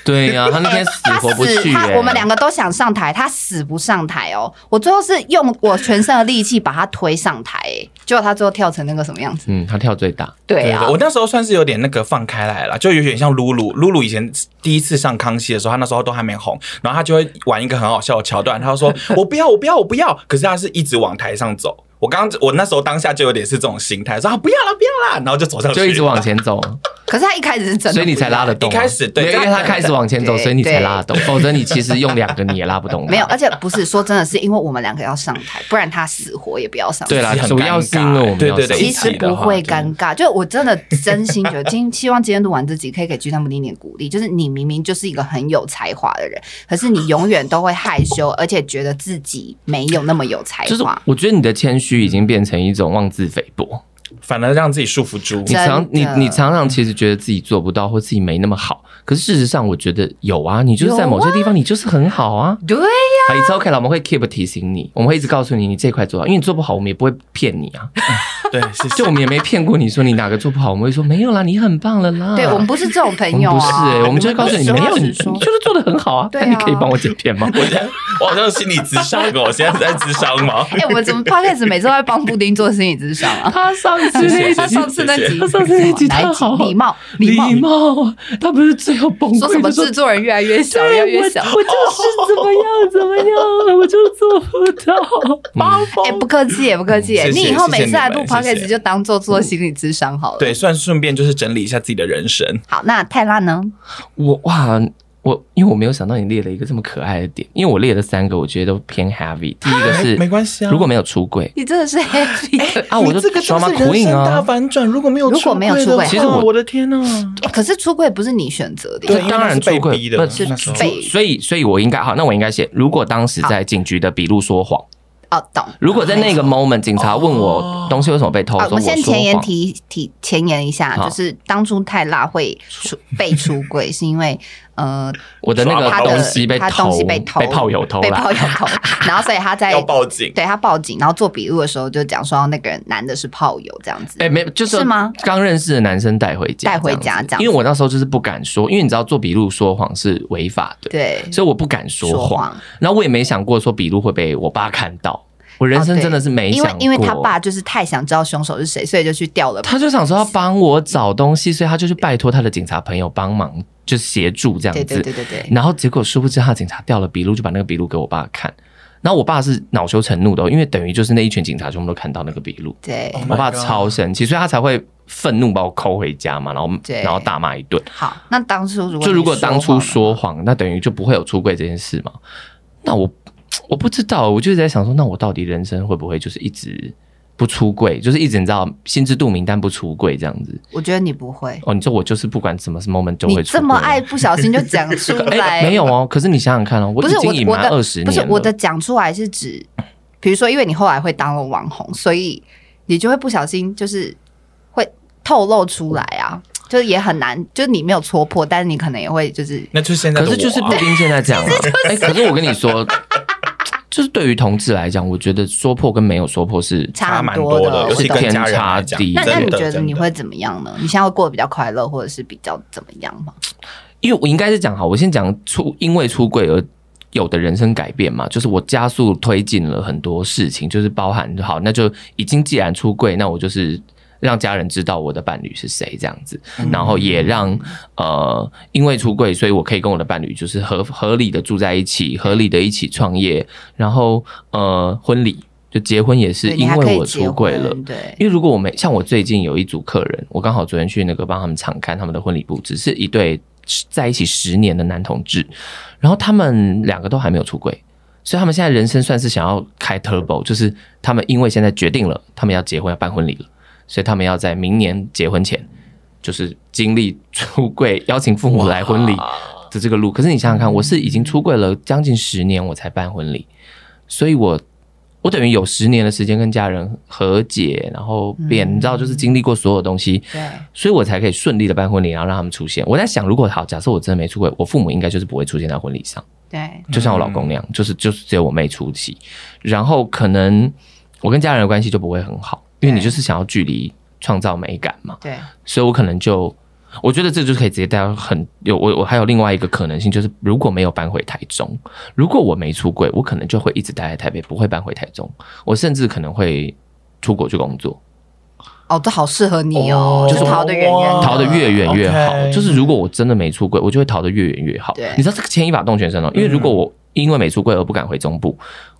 S3: 对呀、他那天死
S1: 他
S3: 活不去、
S1: 死，他
S3: 耶
S1: 我们两个都想上台，他死不上台哦。我最后是用我全身的力气把他推上台，哎结果他最后跳成那个什么样子？
S3: 嗯，他跳最大，
S1: 对
S2: 对
S1: 啊
S2: 对，我那时候算是有点那个放开来了，就有点像露露。露露以前第一次上康熙的时候，她那时候都还没红，然后她就会玩一个很好笑的桥段，她 就说：“我不要，我不要，我不要。”可是她是一直往台上走。我刚刚我那时候当下就有点是这种心态，说啊不要了不要了，然后就走上去，
S3: 就一直往前走，
S1: 可是他一开始是真的不要，
S3: 所以你才拉得动啊、
S2: 一开始对
S3: 因为因为他开始往前走，
S1: 对
S3: 所以你才拉得动，否则你其实用两个你也拉不 动。啊
S1: 没有，，而且不是说真的是因为我们两个要上台，不然他死活也不要上台。
S3: 对啦，
S2: 其实很
S3: 主要是因为我们
S2: 尴尬
S3: 要
S2: 对对对
S3: 上
S1: 其
S2: 一
S1: 实
S2: 起
S1: 不
S2: 的话
S1: 会尴尬，就我真的真心觉得，今希望今天录完这集可以给巨蛋布丁一点鼓励，就是你明明就是一个很有才华的人，可是你永远都会害羞，而且觉得自己没有那么有才华。
S3: 就是我觉得你的谦虚已经变成一种妄自菲薄，
S2: 反而让自己束 缚住
S3: 你。常你
S1: 真的
S3: 你常常其实觉得自己做不到或自己没那么好，可是事实上我觉得有啊，你就是在某些地方你就是很好啊，
S1: 对，
S3: 好，it's OK 了，我们会 keep 提醒你，我们会一直告诉你你这块做到，因为你做不好我们也不会骗你啊，
S2: 对，是
S3: 就我们也没骗过你说你哪个做不好，我们会说没有啦，你很棒了啦，
S1: 对我们不是这种朋
S3: 我们
S1: 友
S3: 不是
S1: 啊，
S3: 哎、我们就会告诉你
S1: 实
S3: 没
S1: 话
S3: 有你，你
S1: 实说
S3: 就是做的很好啊，
S1: 对啊
S3: 那你可以帮我剪片吗？
S2: 我现在我好像心理智商哦，我现在是在智商哦 吗？
S1: 哎、我们怎么 podcast 每次都在帮布丁做心理咨询啊？
S3: 他上次 那 一
S1: 他
S3: 集
S1: 上次那集，
S3: 他上次那集
S1: 哪一
S3: 太
S1: 集
S3: 好
S1: 礼貌，
S3: 礼
S1: 礼貌，
S3: 貌啊，他不是最后崩溃
S1: 说什么
S3: 就
S1: 制作人越来越小，越来越小。
S3: 我就是怎么样怎么样， 我就做不到，八
S1: 哎、不客气耶，不客气耶。
S2: 嗯谢谢
S1: 你以后每
S2: 谢谢
S1: 次
S2: 你
S1: 来
S2: 们
S1: 录
S2: 谢谢
S1: podcast 就当做做心理智商好了。
S2: 对，算顺便就是整理一下自己的人生。
S1: 好，那泰拉呢？
S3: 我哇，我因为我没有想到你列了一个这么可爱的点，因为我列了三个，我觉得都偏 heavy。第一个是
S2: 没关系啊
S3: 如果没有出 柜
S1: 你真 的是哎 happy 的、
S3: 啊，我就
S2: 这个
S3: drama
S2: 就是人
S3: queen
S2: 生大
S3: 啊。
S2: 反转，如果没有
S1: 如果没有出
S2: 的
S1: 轨
S2: 话
S3: 其实我
S2: 我的天呐、
S1: 欸可是出柜不是你选择的
S2: 对
S1: 耶，
S2: 因为
S3: 当然
S2: 那是
S3: 出
S2: 被
S3: 柜
S2: 逼的
S3: 不
S1: 是
S2: 那时候
S1: 被
S3: 所以，所以我应该好，那我应该写，如果当时在警局的笔录说谎，
S1: 哦，懂。
S3: 如果在那个 moment 警察问我东西为什么被偷，
S1: 啊，
S3: 我
S1: 我们
S3: 说说
S1: 先前言
S3: 谎，
S1: 提提前言一下，
S3: 好
S1: 就是当初泰拉会出被出柜， 是因为呃，
S3: 我的那个
S1: 他的
S3: 东西被
S1: 他
S3: 偷，
S1: 东西被偷，
S3: 炮友偷
S1: 被
S3: 了
S1: 炮。友 偷，然后所以他在
S2: 要报警。
S1: 对他报警，然后做笔录的时候就讲说那个人男的是炮友这样子。
S3: 哎、没，就是
S1: 是吗？
S3: 刚认识的男生带回家，
S1: 带回家
S3: 这
S1: 这
S3: 样
S1: 样
S3: 子
S1: 子
S3: 因为我那时候就是不敢说，因为你知道做笔录说谎是违法的，
S1: 对，
S3: 所以我不敢说
S1: 说
S3: 谎。
S1: 谎，
S3: 然后我也没想过说笔录会被我爸看到，我人生
S1: 哦对
S3: 真的是没
S1: 因
S3: 想
S1: 为
S3: 过。
S1: 因为他爸就是太想知道凶手是谁，所以就去调了。
S3: 他就想说要帮我找东西，所以他就去拜托他的警察朋友帮忙，就协助这样
S1: 对
S3: 子。
S1: 对对对对，
S3: 然后结果殊不知，他的警察调了笔录，就把那个笔录给我爸看。然后我爸是恼羞成怒的哦、因为等于就是那一群警察全部都看到那个笔录，
S1: 对
S2: Oh my
S3: 我爸
S2: God
S3: 超生气，所以他才会愤怒把我扣回家嘛，然后
S1: 对
S3: 然后大骂一顿。
S1: 好，那当初如果
S3: 就
S1: 你
S3: 如果当初
S1: 谎了
S3: 说谎，那等于就不会有出柜这件事嘛。那我我不知道，我就一直在想说，那我到底人生会不会就是一直不出柜，就是一直你知道心知肚明但不出柜这样子？
S1: 我觉得你不会，
S3: 哦，你说我就是不管什么什么 moment 就
S1: 你
S3: 会出柜啊
S1: 这么爱，不小心就讲出来，
S3: 哎，没有哦。可是你想想看哦，我
S1: 不
S3: 已
S1: 是
S3: 经隐
S1: 我我
S3: 瞒
S1: 的
S3: 二十
S1: 不是
S3: 年了，
S1: 我的讲出来是指，比如说因为你后来会当了网红，所以你就会不小心就是会透露出来啊，就是也很难，就是你没有戳破，但是你可能也会就是
S2: 那就是现在
S3: 可
S2: 的我啊、
S3: 是就是布丁现在 这样了、哎、可是我跟你说，就是对于同志来讲，我觉得说破跟没有说破是
S1: 差很
S2: 蛮多
S1: 的。
S2: 的，尤
S1: 我
S2: 其
S1: 懂
S2: 跟
S3: 天
S2: 家人
S3: 差
S2: 来讲
S3: 地
S1: 那那
S3: 真
S1: 你
S3: 的
S1: 觉得你会怎么样呢？你现在会过得比较快乐，或者是比较怎么样吗？
S3: 因为我应该是讲好，我先讲出因为出柜而有的人生改变嘛，就是我加速推进了很多事情，就是包含好，那就已经既然出柜，那我就是。让家人知道我的伴侣是谁，这样子，
S1: 嗯
S3: 然后也让呃，因为出柜，所以我可以跟我的伴侣就是合合理的住在一起，合理的一起创业，然后呃，婚礼就结婚也是
S1: 对你
S3: 因
S1: 还可
S3: 为
S1: 以
S3: 我
S1: 结
S3: 出柜了
S1: 婚，对，
S3: 因为如果我没像我最近有一组客人，我刚好昨天去那个帮他们常看他们的婚礼布置，是一对在一起十年的男同志，然后他们两个都还没有出柜，所以他们现在人生算是想要开 turbo，就是他们因为现在决定了他们要结婚要办婚礼了，所以他们要在明年结婚前就是经历出柜邀请父母来婚礼
S2: 啊
S3: 的这个路。可是你想想看，我是已经出柜了将近十年我才办婚礼，所以我我等于有十年的时间跟家人和解，然后变，
S1: 嗯
S3: 你知道，就是经历过所有东西，
S1: 对，
S3: 所以我才可以顺利的办婚礼，然后让他们出现。我在想，如果好，假设我真的没出轨，我父母应该就是不会出现在婚礼上，
S1: 对，
S3: 就像我老公那样，就是就是只有我妹出席，然后可能我跟家人的关系就不会很好，因为你
S1: 对
S3: 就是想要距离创造美感嘛，
S1: 对，
S3: 所以我可能就。我觉得这就是可以直接带到很有我我还有另外一个可能性，就是如果没有搬回台中，如果我没出柜，我可能就会一直待在台北，不会搬回台中。我甚至可能会出国去工作，
S1: 哦，这好适合你哦
S2: 哦，
S1: 就是逃得远远的，
S2: 哇
S3: 逃得越远越好。
S2: OK
S3: 就是如果我真的没出柜，我就会逃得越远越好。
S1: 对
S3: 你知道这个牵一发动全身哦，因为如果
S2: 嗯
S3: 我因为没出柜而不敢回中部，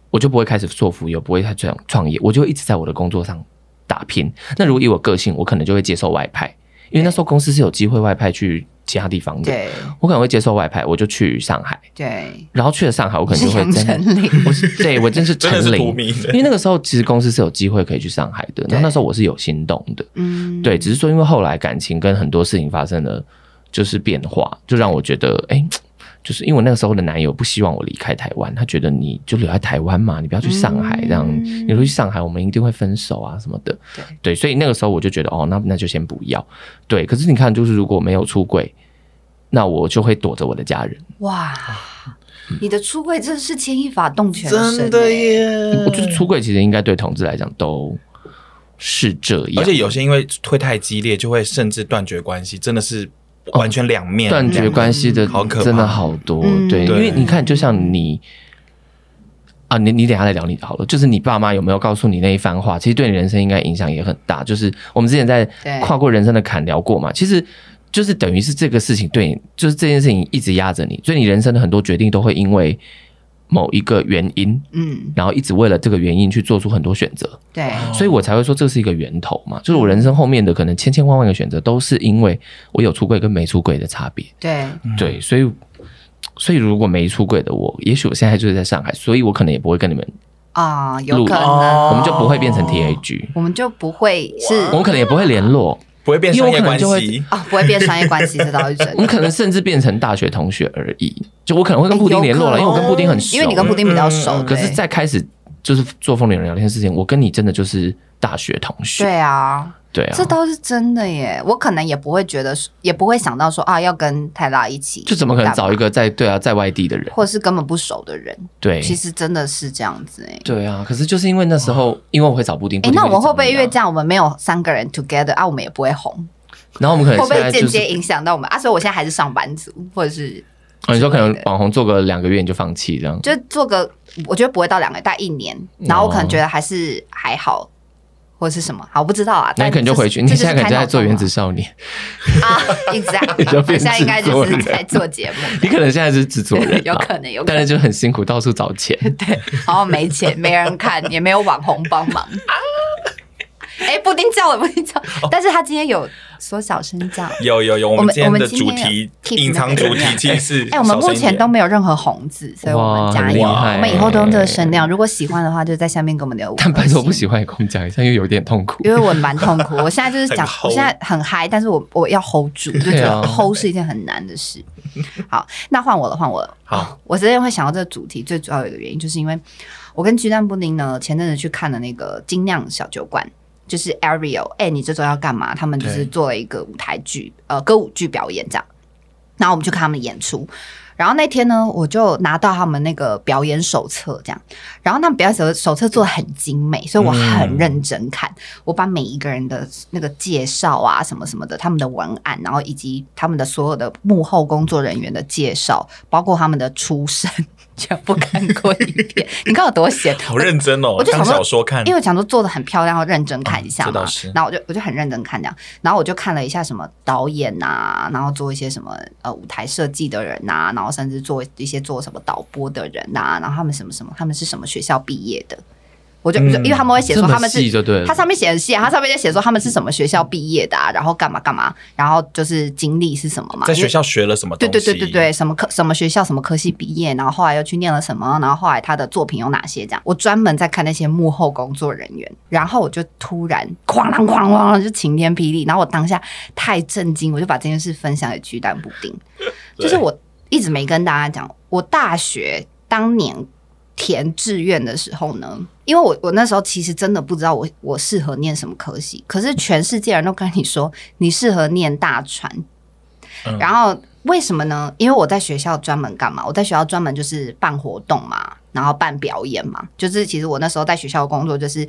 S3: 我就不会开始做服务，不会再创创业，我就会一直在我的工作上打拼。那如果以我个性，我可能就会接受外派，因为那时候公司是有机会外派去其他地方的。
S1: 对
S3: 我可能会接受外派，我就去上海，
S1: 对，
S3: 然后去了上海，我可能
S1: 是
S3: 就会
S1: 杨
S3: 在那。
S1: 丞琳，
S3: 我是 对我真是
S2: 真的是
S3: 成
S2: 图
S3: 零，
S2: 迷
S3: 因为那个时候其实公司是有机会可以去上海的，然后那时候我是有心动的，
S1: 嗯，
S3: 对，只是说因为后来感情跟很多事情发生了就是变化，就让我觉得，哎、就是因为我那个时候的男友不希望我离开台湾，他觉得你就留在台湾嘛，你不要去上海这样，
S1: 嗯
S3: 你说去上海我们一定会分手啊什么的，
S1: 对
S3: 所以那个时候我就觉得，哦，那那就先不要，对，可是你看，就是如果没有出柜，那我就会躲着我的家人，
S1: 哇，你的出柜真是牵一发动全身，
S2: 真的！耶！
S3: 嗯我
S1: 嗯
S3: 觉得出柜其实应该对同志来讲都是这样，
S2: 而且有些因为推太激烈，就会甚至断绝关系，真的是完全两面
S3: 哦断绝关系的
S2: 嗯好可怕
S3: 真的好多，
S1: 嗯
S3: 对，因
S2: 对
S3: 为你看，就像你啊，你你等一下再聊你的好了，就是你爸妈有没有告诉你那一番话，其实对你人生应该影响也很大。就是我们之前在
S1: 对
S3: 跨过人生的坎聊过嘛，其实。就是等于是这个事情对你，就是这件事情一直压着你，所以你人生的很多决定都会因为某一个原因，
S1: 嗯，
S3: 然后一直为了这个原因去做出很多选择。
S1: 对，
S3: 所以我才会说这是一个源头嘛，就是我人生后面的可能千千万万个选择，都是因为我有出柜跟没出柜的差别。
S1: 对，
S3: 对，所以所以如果没出柜的我，也许我现在就是在上海，所以我可能也不会跟你们，
S1: 啊，有
S3: 录
S1: 可
S2: 哦
S1: 能
S3: 我们就不会变成 T A G，、
S1: 我们就不会是
S3: 我们可能也不会联络，
S2: 不会变商业关
S3: 因为我可能
S2: 系。
S1: 啊，不会变商业关系，这倒是真
S3: 我
S1: 的。
S3: 们可能甚至变成大学同学而已。就我可能会跟布丁联络了，
S1: 哎
S3: 因
S1: 有
S3: 为
S1: 可
S3: 我跟布丁很熟，
S1: 因为你跟布丁比较熟，
S2: 嗯
S3: 可是，
S1: 对
S3: 在开始就是做风流人聊天事情，我跟你真的就是大学同学，
S1: 对啊，
S3: 对啊，
S1: 这倒是真的耶。我可能也不会觉得，也不会想到说啊，要跟泰拉一起，
S3: 就怎么可能找一，个在对啊在外地的人？
S1: 或是根本不熟的人？
S3: 对，
S1: 其实真的是这样子哎。
S3: 对啊，可是就是因为那时候，因为我会找布丁，
S1: 哎，
S3: 布丁
S1: 那我们
S3: 去找
S1: 会不会
S3: 你啊
S1: 因为这？样，我们没有三个人 together 啊，我们也不会红，
S3: 然后我们可
S1: 会
S3: 能
S1: 不
S3: 现在
S1: 会
S3: 就
S1: 间
S3: 是
S1: 接，影响到我们啊？所以我现在还是上班族，或者是啊
S3: 哦你说可能
S1: 之类的
S3: 网红做个两个月你就放弃这样，
S1: 就做个，我觉得不会到两个，大概一年，然后我可
S3: 哦
S1: 能觉得还是还好，或是什么，好我不知道啊。
S3: 那你可能就回去，你现在可能就在做原子
S1: 少
S3: 少年，
S1: 啊，一直在，
S3: 你 就变
S1: 现在应该就
S3: 制
S1: 是
S3: 作人
S1: 在做节目，，
S3: 你可能现在是制作 人
S1: 有
S3: 能，
S1: 可能有可
S3: 但
S1: 能，
S3: 是就很辛苦，到处找钱。
S1: 然后没钱，没人看，也没有网红帮忙。 哎，布丁叫了，布丁叫了，
S3: 哦
S1: 但是他今天有缩小声叫。
S2: 有有有，我
S1: 我
S2: 们
S1: 们
S2: 今天的
S1: 我
S2: 主
S1: 们今天有
S2: 题
S1: keep
S2: 隐藏主题其实是
S1: 哎、我们
S2: 小
S1: 目
S2: 声一
S1: 前
S2: 点
S1: 都没有任何红字，所以我
S3: 哇
S1: 们加
S3: 很
S1: 油！
S3: 厉害
S1: 我们以后都用这个声量，如果喜欢的话，就在下面给我们留五颗 星。
S3: 但拜托不喜欢也跟我们讲一下，因为有点痛苦
S1: 因。为我蛮痛苦，我现在就是讲
S2: 很，hold
S1: 我现在很嗨，但是我我要 hold 住，就觉
S3: 对
S1: 得
S3: 啊
S1: hold 是一件很难的事。好，那换我了，换我了。
S2: 好，
S1: 我之前会想到这个主题，最主要有一个原因，就是因为我跟鸡蛋布丁呢，前阵子去看了那个精酿小酒馆，就是 Ariel，哎、你这周要干嘛？他们就是
S2: 对
S1: 做了一个舞台剧，呃，歌舞剧表演这样。然后我们去看他们演出，然后那天呢，我就拿到他们那个表演手册，这样。然后那表演手手册做的很精美，所以我很认真看。我把每一个人的那个介绍啊，什么什么的，他们的文案，然后以及他们的所有的幕后工作人员的介绍，包括他们的出身， 全部看过一遍。你看我多闲，
S2: 好认真哦
S1: 我，就想
S2: 当
S1: 说
S2: 小说看，
S1: 因为我想说做的很漂亮，要认真看一下
S2: 嗯这
S1: 嘛。
S2: 倒是
S1: 然后我就我就很认真看这样，然后我就看了一下什么导演啊，然后做一些什么呃舞台设计的人呐、然后甚至做一些做什么导播的人呐、然后他们什么什么，他们是什么学校毕业的。我就、
S2: 嗯
S1: 因为他们会写说
S3: 这么
S1: 他们是
S3: 细就对了
S1: 他上面写很细、啊，他上面就写说他们是什么学校毕业的、啊，然后干嘛干嘛，然后就是经历是什么嘛，
S2: 在
S1: 因为
S2: 学校学了什么
S1: 对
S2: 东
S1: 对
S2: 西，
S1: 对对对，什么科什么学校什么科系毕业，然后后来又去念了什么，然后后来他的作品有哪些这样。我专门在看那些幕后工作人员，然后我就突然哐啷哐啷就晴天霹雳，然后我当下太震惊，我就把这件事分享给巨蛋布丁。就是我一直没跟大家讲，我大学当年填志愿的时候呢，因为我我那时候其实真的不知道我我适合念什么科系，可是全世界人都跟你说你适合念大船，
S2: 嗯
S1: 然后为什么呢？因为我在学校专门干嘛？我在学校专门就是办活动嘛，然后办表演嘛，就是其实我那时候在学校工作就是。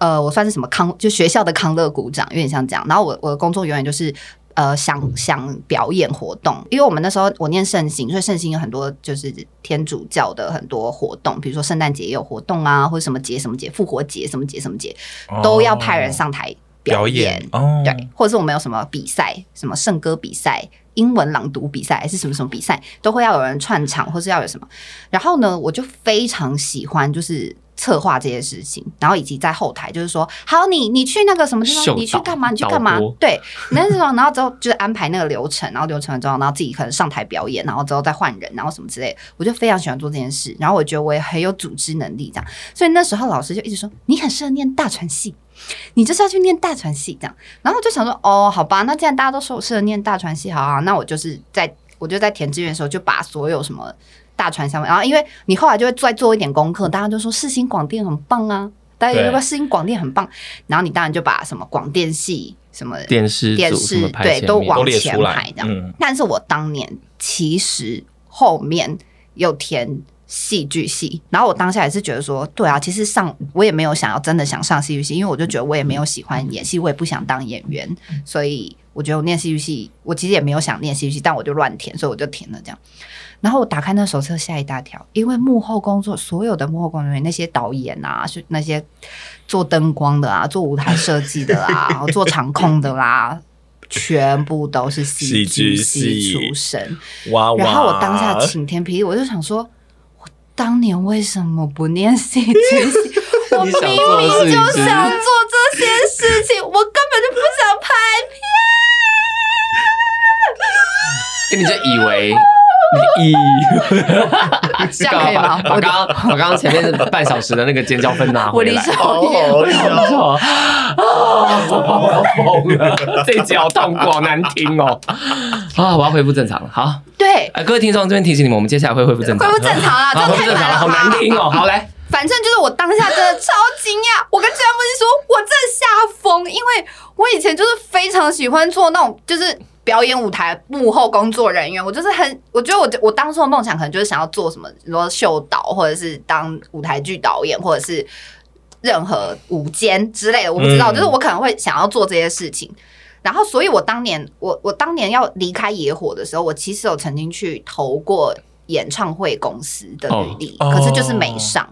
S1: 呃，我算是什么康，就学校的康乐股长，有点像这样。然后我我的工作永远就是呃想想表演活动，因为我们那时候我念圣经，所以圣经有很多就是天主教的很多活动，比如说圣诞节也有活动啊，或者什么节什么节，复活节什么节什么节，
S2: 哦
S1: 都要派人上台
S2: 表
S1: 表演。
S2: 哦，
S1: 对，或者是我们有什么比赛，什么圣歌比赛、英文朗读比赛，还是什么什么比赛，都会要有人串场，或是要有什么。然后呢，我就非常喜欢就是策划这些事情，然后以及在后台就是说，好，你你去那个什么地
S3: 秀
S1: 方，你去
S3: 导
S1: 干嘛，你去干嘛
S3: 导播，
S1: 对，那时候，然后之后就是安排那个流程，然后流程了之后，然后自己可能上台表演，然后之后再换人，然后什么之类的，我就非常喜欢做这件事，然后我觉得我也很有组织能力这样，所以那时候老师就一直说，你很适合念大传系。你就是要去念大传系这样。然后我就想说，哦，好吧，那既然大家都说我适合念大传系，好啊，那我就是在我就在填志愿的时候就把所有什么大传相关，然后因为你后来就会再做一点功课，大家就说世新广电很棒啊，大家就说
S2: 对
S1: 世新广电很棒，然后你当然就把什么广电系什么
S3: 电视
S1: 电
S3: 组什么
S1: 视
S3: 排
S1: 对
S3: 前
S1: 都
S3: 面
S1: 往
S2: 都列
S1: 前
S2: 出来
S1: 排这样。
S2: 嗯
S1: 但是我当年其实后面有填戏剧系，然后我当下也是觉得说，对啊，其实上我也没有想要真的想上戏剧系，因为我就觉得我也没有喜欢演戏，我也不想当演员，所以我觉得我念戏剧系，我其实也没有想念戏剧系，但我就乱填，所以我就填了这样。然后我打开那手册，吓一大跳，因为幕后工作所有的幕后工作人员，那些导演啊，是那些做灯光的啊，做舞台设计的啦、 然后做场控的啦，全部都是戏
S2: 戏
S1: 剧
S2: 剧
S1: 系
S2: 系
S1: 出身。
S2: 哇哇！
S1: 然后我当 下晴天霹雳，我就想说，我当年为什么不念戏 剧系？我
S3: 你
S1: 明
S3: 想做的事
S1: 明
S3: 情
S1: 就想做这些事情，我根本就不想拍片。
S3: 你就以 为。你以
S1: 这样可以吗
S3: 把刚刚我刚刚前面半小时的那个尖叫声拿
S1: 我
S3: 回
S1: 离
S3: 来，
S1: 校园，
S2: 好笑
S3: 错啊！我疯了，这一集好痛苦，好难听哦！啊，我要恢复正常了。好，
S1: 对，
S3: 哎，各位听众这边提醒你们，我们接下来会恢复正
S1: 恢
S3: 常，
S1: 复正常啊，这
S3: 好，
S1: 样
S3: 恢
S1: 太
S3: 复正常，
S1: 烦
S3: 好
S1: 了吧
S3: 难。听哦。好，来，
S1: 反正就是我当下真的超惊讶， 我跟詹姆斯说，我真的吓疯，因为我以前就是非常喜欢做那种就是表演舞台幕后工作人员，我就是很，我觉得我我当初的梦想可能就是想要做什么，比如说秀导，或者是当舞台剧导演，或者是任何舞监之类的，我不知道，
S2: 嗯
S1: 就是我可能会想要做这些事情。然后，所以我当年我我当年要离开野火的时候，我其实有曾经去投过演唱会公司的履历，
S2: 哦
S1: 可是就是没上。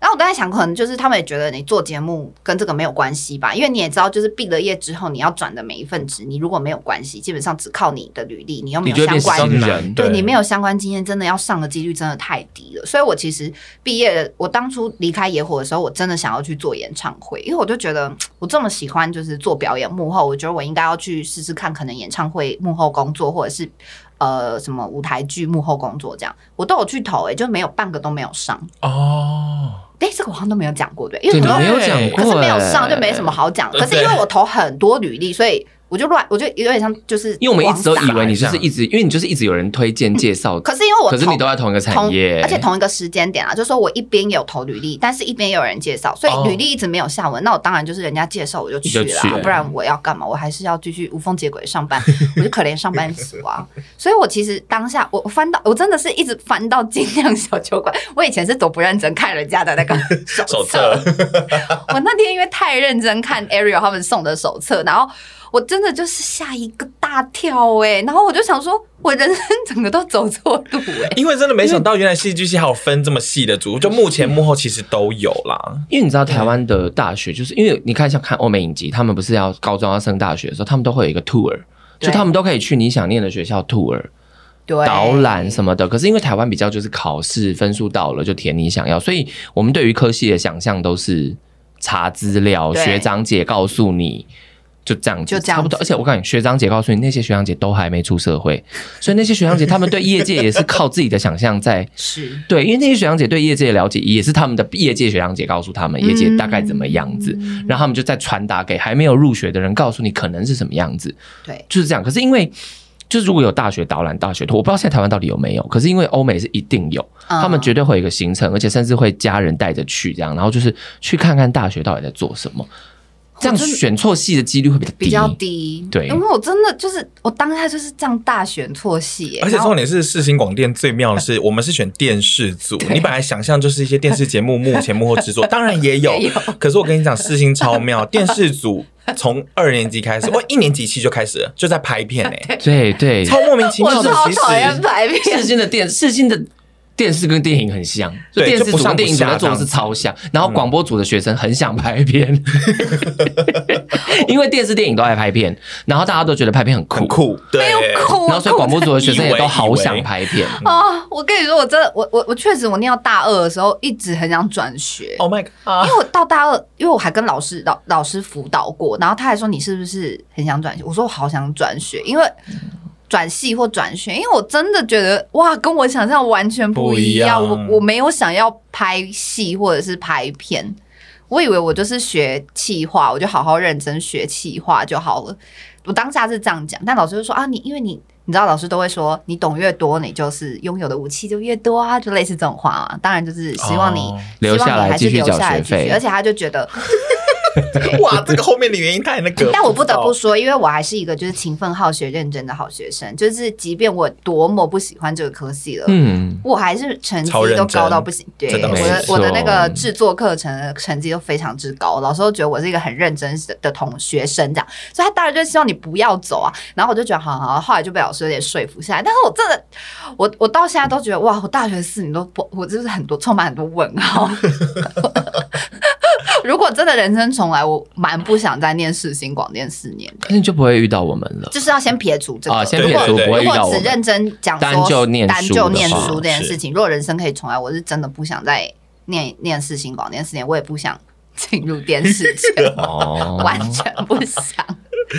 S1: 然后我刚才想，可能就是他们也觉得你做节目跟这个没有关系吧，因为你也知道，就是毕了业之后，你要转的每一份职，你如果没有关系，基本上只靠你的履历，你又没
S3: 你
S1: 有
S3: 就会
S1: 相
S3: 变
S1: 关
S3: 新
S2: 相
S3: 人
S2: 关，
S1: 对
S2: 对
S1: 你没有相关经验，真的要上的几率真的太低了。所以我其实毕业了，我当初离开野火的时候，我真的想要去做演唱会，因为我就觉得我这么喜欢就是做表演幕后，我觉得我应该要去试试看，可能演唱会幕后工作或者是。呃，什么舞台剧幕后工作这样，我都有去投、欸，就没有半个都没有上。
S2: 哦，
S1: 哎、这个我好像都没有讲过，对，因为
S3: 对，
S1: 很
S3: 你
S1: 多
S3: 没有讲过，
S1: 可是没有上
S3: 哎
S1: 就没什么。好讲。
S2: 对
S1: 可是因为我投很多履历，所以我就乱，我就有点像就是
S3: 因为我们一直都以为你就
S2: 这
S3: 是
S2: 样
S3: 一直，因为你就是一直有人推荐介绍，
S1: 可是因为我
S3: 可是
S1: 投
S3: 你都在同一个产
S1: 同
S3: 业，
S1: 而且同一个时间点啊，就是说我一边有投履历，但是一边也有人介绍，所
S2: 哦
S1: 以履历一直没有下文。那我当然就是人家介绍我就去
S3: 你
S1: 了
S3: 就
S1: 啊、
S3: 去了
S1: 不然我要干嘛？我还是要继续无缝接轨上 班，我就可怜上班族啊。所以我其实当下我我翻到，我真的是一直翻到精酿小酒馆。我以前是多不认真看人家的 那个手
S2: 手
S1: 册
S2: 册，
S1: 我那天因为太认真看 Ariel 他们送的手册，然后我真的就是吓一个大跳哎、然后我就想说，我人生整个都走错路哎、
S2: 因为真的没想到，原来戏剧系还有分这么细的组，就幕前幕后其实都有啦。
S3: 因为你知道台湾的大学，就是因为你看像看欧美影集，他们不是要高中要升大学的时候，他们都会有一个 tour，
S1: 对
S3: 就他们都可以去你想念的学校 tour
S1: 对，
S3: 导览什么的。可是因为台湾比较就是考试分数到了就填你想要，所以我们对于科系的想象都是查资料，
S1: 对
S3: 学长姐告诉你。就这样子，
S1: 就这样子
S3: 差不多。而且我告诉你，学长姐告诉你，那些学长姐都还没出社会， 所以那些学长姐他们对业界也是靠自己的想象在
S1: 是。
S3: 对，因为那些学长姐对业界的了解，也是他们的业界学长姐告诉他
S1: 嗯
S3: 们业界大概怎么样子，然后他们就再传达给还没有入学的人，告诉你可能是什么样子，
S1: 对
S3: 就是这样。可是因为就是如果有大学导览、大学托，我不知道现在台湾到底有没有，可是因为欧美是一定有，
S2: 嗯
S3: 他们绝对会有一个行程，而且甚至会家人带着去这样，然后就是去看看大学到底在做什么。
S2: 哦
S3: 这样
S1: 我真的
S3: 选错戏的几率会比较低，
S1: 比较低，
S3: 对
S1: 因为我真的就是我当下就是这样大选错戏耶，
S2: 而且
S1: 然后
S2: 重点是世新广电最妙的是，我们是选电视组，你本来想象就是一些电视节目幕前幕后 制作，当然也有
S1: 也有。
S2: 可是我跟你讲，世新超 妙，电视组从二年级开始，我一年级期就开始了，就在拍片 哎、
S3: 对对，
S2: 超莫名其妙
S1: 我
S2: 的。
S1: 超
S2: 其
S1: 讨厌
S2: 实
S1: 排
S3: 世
S1: 片，
S3: 新的电世新的电视跟电影很像，就
S2: 对
S3: 电视
S2: 就
S3: 组
S2: 不
S3: 跟
S2: 上不
S3: 电影组在
S2: 下
S3: 做的
S2: 这
S3: 是
S2: 样子嗯
S3: 超像，然后广播组的学生很想拍 片，因为电视电影都爱拍片，然后大家都觉得拍片很酷
S2: 很，酷，对，
S1: 哭，
S3: 然后所以广播组的学生也
S2: 以为
S3: 都好
S2: 以
S3: 想
S2: 为
S3: 拍片。
S1: 哦，我跟你说，我真的，我我我确实，我念到大二的时候，一直很想转学，
S2: Oh my
S1: 因
S2: god！
S1: 为我到大二，因为我还跟老师老老师辅导过，然后他还说你是不是很想转学？我说我好想转学，因为
S2: 嗯
S1: 转系或转学，因为我真的觉得哇，跟我想象完全不一样。
S2: 不一样
S1: 我我没有想要拍戏或者是拍片，我以为我就是学企划，我就好好认真学企划就好了。我当下是这样讲，但老师就说啊，你因为你你知道老师都会说，你懂越多，你就是拥有的武器就越多啊，就类似这种话啊。当然就是希望你、
S2: 哦
S1: 希望
S3: 留下来
S1: 你还是
S3: 继续
S1: 留
S3: 缴
S1: 下来
S3: 学
S1: 继
S3: 费
S1: 续而且他就觉得，
S2: 哇，这个后面的原因太那个。
S1: 但我不得不
S2: 知
S1: 说，因为我还是一个就是勤奋好学、认真的好学生，就是即便我多么不喜欢这个科系了。
S3: 嗯，
S1: 我还是成绩
S2: 超认
S1: 都
S2: 真
S1: 高到不行，对
S2: 真的
S1: 我
S2: 没
S1: 的
S3: 错
S1: 我的那个制作课程的成绩都非常之高，老师都觉得我是一个很认真的同学生这样，所以他当然就希望你不要走啊。然后我就觉得好好，好后来就被老师有点说服下来。但是我真的，我我到现在都觉得哇，我大学四年都不，我就是很多充满很多问 号。如果真的人生重来，我蛮不想再念世新广电四年的，
S3: 那就不会遇到我们 了
S1: 就是要先撇除这个，
S3: 啊！先
S2: 对
S3: 撇除
S2: 对
S3: 不会
S1: 如
S3: 遇到
S1: 果
S3: 我
S1: 只
S3: 们
S1: 认。真讲说
S3: 单就念书
S1: 单就念
S3: 的话，
S1: 书这件
S2: 是
S1: 事情，如果人生可以重来，我是真的不想再念念四星广电四年，我也不想进入电视圈
S3: 哦
S1: 完全不想。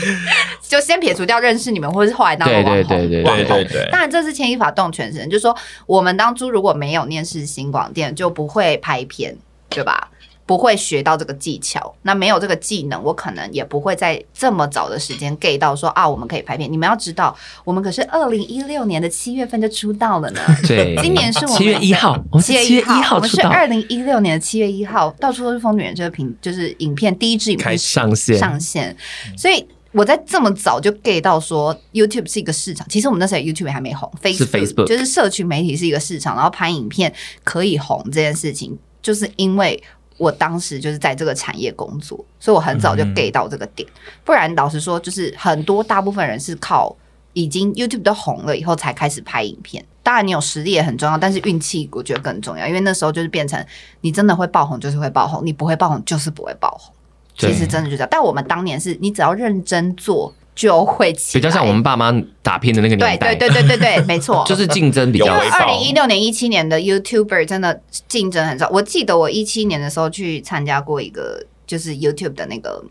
S1: 就先撇除掉认识你们，或者是后来当了
S3: 对
S1: 网红。
S3: 对对对
S2: 道对
S3: 对
S2: 对对，
S1: 当然，这是牵一发动全身，就是说我们当初如果没有念世新广电，就不会拍片，对吧？不会学到这个技巧，那没有这个技能，我可能也不会在这么早的时间 get 到说啊，我们可以拍片。你们要知道，我们可是二零一六年的七月份就出道了呢。
S3: 对，
S1: 今年是我们
S3: 七月一号，我哦们是七月一
S1: 我
S3: 号
S1: 们
S3: 出
S1: 是
S3: 道，
S1: 二零一六年的七月一号，到处都是疯女人这个频，就是影片第一支影片
S3: 开始上线嗯
S1: 上线，所以我在这么早就 get 到说 YouTube 是一个市场。其实我们那时候 YouTube 还没红
S3: 是 Facebook
S1: 就是社群媒体是一个市场，然后拍影片可以红这件事情，就是因为。我当时就是在这个产业工作，所以我很早就
S2: 嗯
S1: get 到这个点。不然老实说，就是很多大部分人是靠已经 YouTube 都红了以后才开始拍影片。当然，你有实力也很重要，但是运气我觉得更重要，因为那时候就是变成你真的会爆红就是会爆红，你不会爆红就是不会爆红。
S3: 对
S1: 其实真的就这样。但我们当年是你只要认真做就会起
S3: 比
S1: 来，
S3: 较像我们爸妈打拼的那个
S1: 对
S3: 年代，
S1: 对对对对对，没错，
S3: 就是竞争比较
S2: 有
S1: 因为
S2: 回
S1: 二
S2: 报
S1: 零一六年、一七年的 YouTuber 真的竞争很少。我记得我一七年的时候去参加过一个就是 YouTube 的那个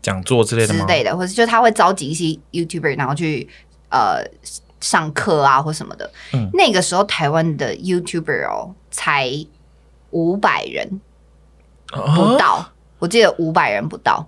S2: 讲座之类的
S1: 之
S2: 吗？
S1: 类的，或者就他会召集一些 YouTuber，然后去呃上课啊或什么的。
S2: 嗯
S1: 那个时候台湾的 YouTuber 哦才五百人不
S2: 啊
S1: 到，我记得五百人不到，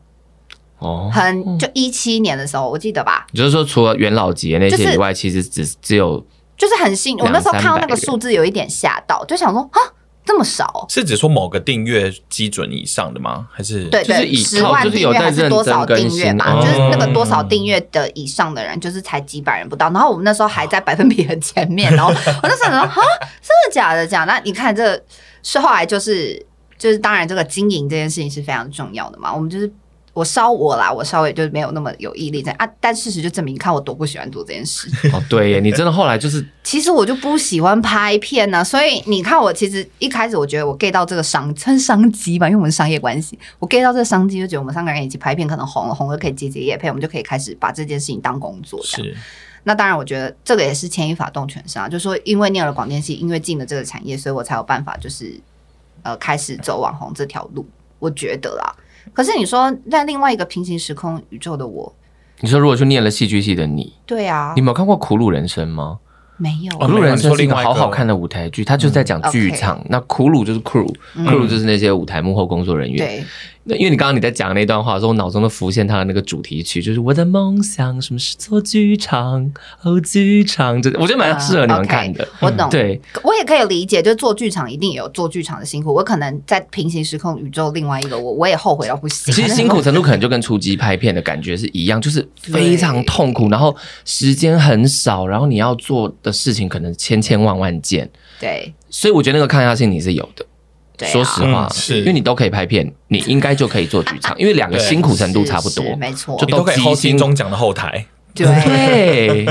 S3: 哦，
S2: 嗯
S1: 很就一七年的时候我记得吧，
S3: 你就是说，除了元老节那
S1: 就是
S3: 些以外，其实只只有
S1: 就是很幸，我
S3: 两
S1: 那时候看到那
S3: 三
S1: 个
S3: 百人
S1: 数字有一点吓到，就想说啊这么少哦、
S2: 是指说某个订阅基准以上的吗？还是
S1: 对
S3: 就是
S1: 对，
S3: 以
S1: 十
S3: 靠
S1: 万
S3: 就是
S1: 订
S3: 有
S1: 阅
S3: 在
S1: 还是多
S3: 认真
S1: 少
S3: 更
S1: 订阅
S3: 新
S1: 吧，
S3: 哦
S1: 就是那个多少订阅的以上的人，就是才几百人不到。然后我们那时候还在百分比很前面，然后我那时候想说，哈，真的假的？假的？那你看这是后来就是就是，当然这个经营这件事情是非常重要的嘛。我们就是我烧我啦，我稍微就是没有那么有毅力在啊，但事实就证明，你看我多不喜欢做这件事。
S3: 哦，对耶，你真的后来就是
S1: 其实我就不喜欢拍片呐、所以你看，我其实一开始我觉得我 get 到这个商算商机吧，因为我们是商业关系，我 get 到这个商机，就觉得我们三个人一起拍片可能红了，红了可以接接业配，我们就可以开始把这件事情当工作。这样。
S2: 是
S1: 那当然，我觉得这个也是牵一发动全身啊，就是说因为念了广电系，因为进了这个产业，所以我才有办法就是呃开始走网红这条路，我觉得啦。可是你说在另外一个平行时空宇宙的我，
S3: 你说，如果去念了戏剧系的你，
S1: 对啊
S3: 你，没有看过《苦鲁人生》吗？
S1: 没有
S3: 《
S2: 哦
S3: 苦
S1: 啊，
S3: 鲁
S2: 没有
S3: 人生》
S2: 你说
S3: 是一
S2: 另
S3: 个
S2: 外一
S3: 好
S2: 个
S3: 好看的舞台剧，它就是在讲
S1: 嗯
S3: 剧场。那苦鲁就是 crew，crew、就是那些舞台幕后工作人员。
S1: 对，
S3: 那因为你刚刚你在讲那段话的时候，我脑中都浮现他的那个主题曲，就是我的梦想，什么是做剧场，哦，剧场，这我觉得蛮适合你们看的。
S1: 嗯 OK，我懂，
S3: 对，
S1: 我也可以理解，就是做剧场一定有做剧场的辛苦。我可能在平行时空宇宙另外一个我，我也后悔到不行。
S3: 其实辛苦程度可能就跟出击拍片的感觉是一样，就是非常痛苦，然后时间很少，然后你要做的事情可能千千万万件，
S1: 对
S3: 所以我觉得那个抗压性你是有的。
S1: 对啊、
S3: 说实话，
S2: 嗯是
S3: 因为你都可以拍片，你应该就可以做剧场，因为两个辛苦程度差不多
S1: 是。是没错
S3: 就。
S2: 你都可以
S3: 都
S2: 后
S3: 即兴
S2: 金钟奖的后台。
S1: 对，哎
S3: 对，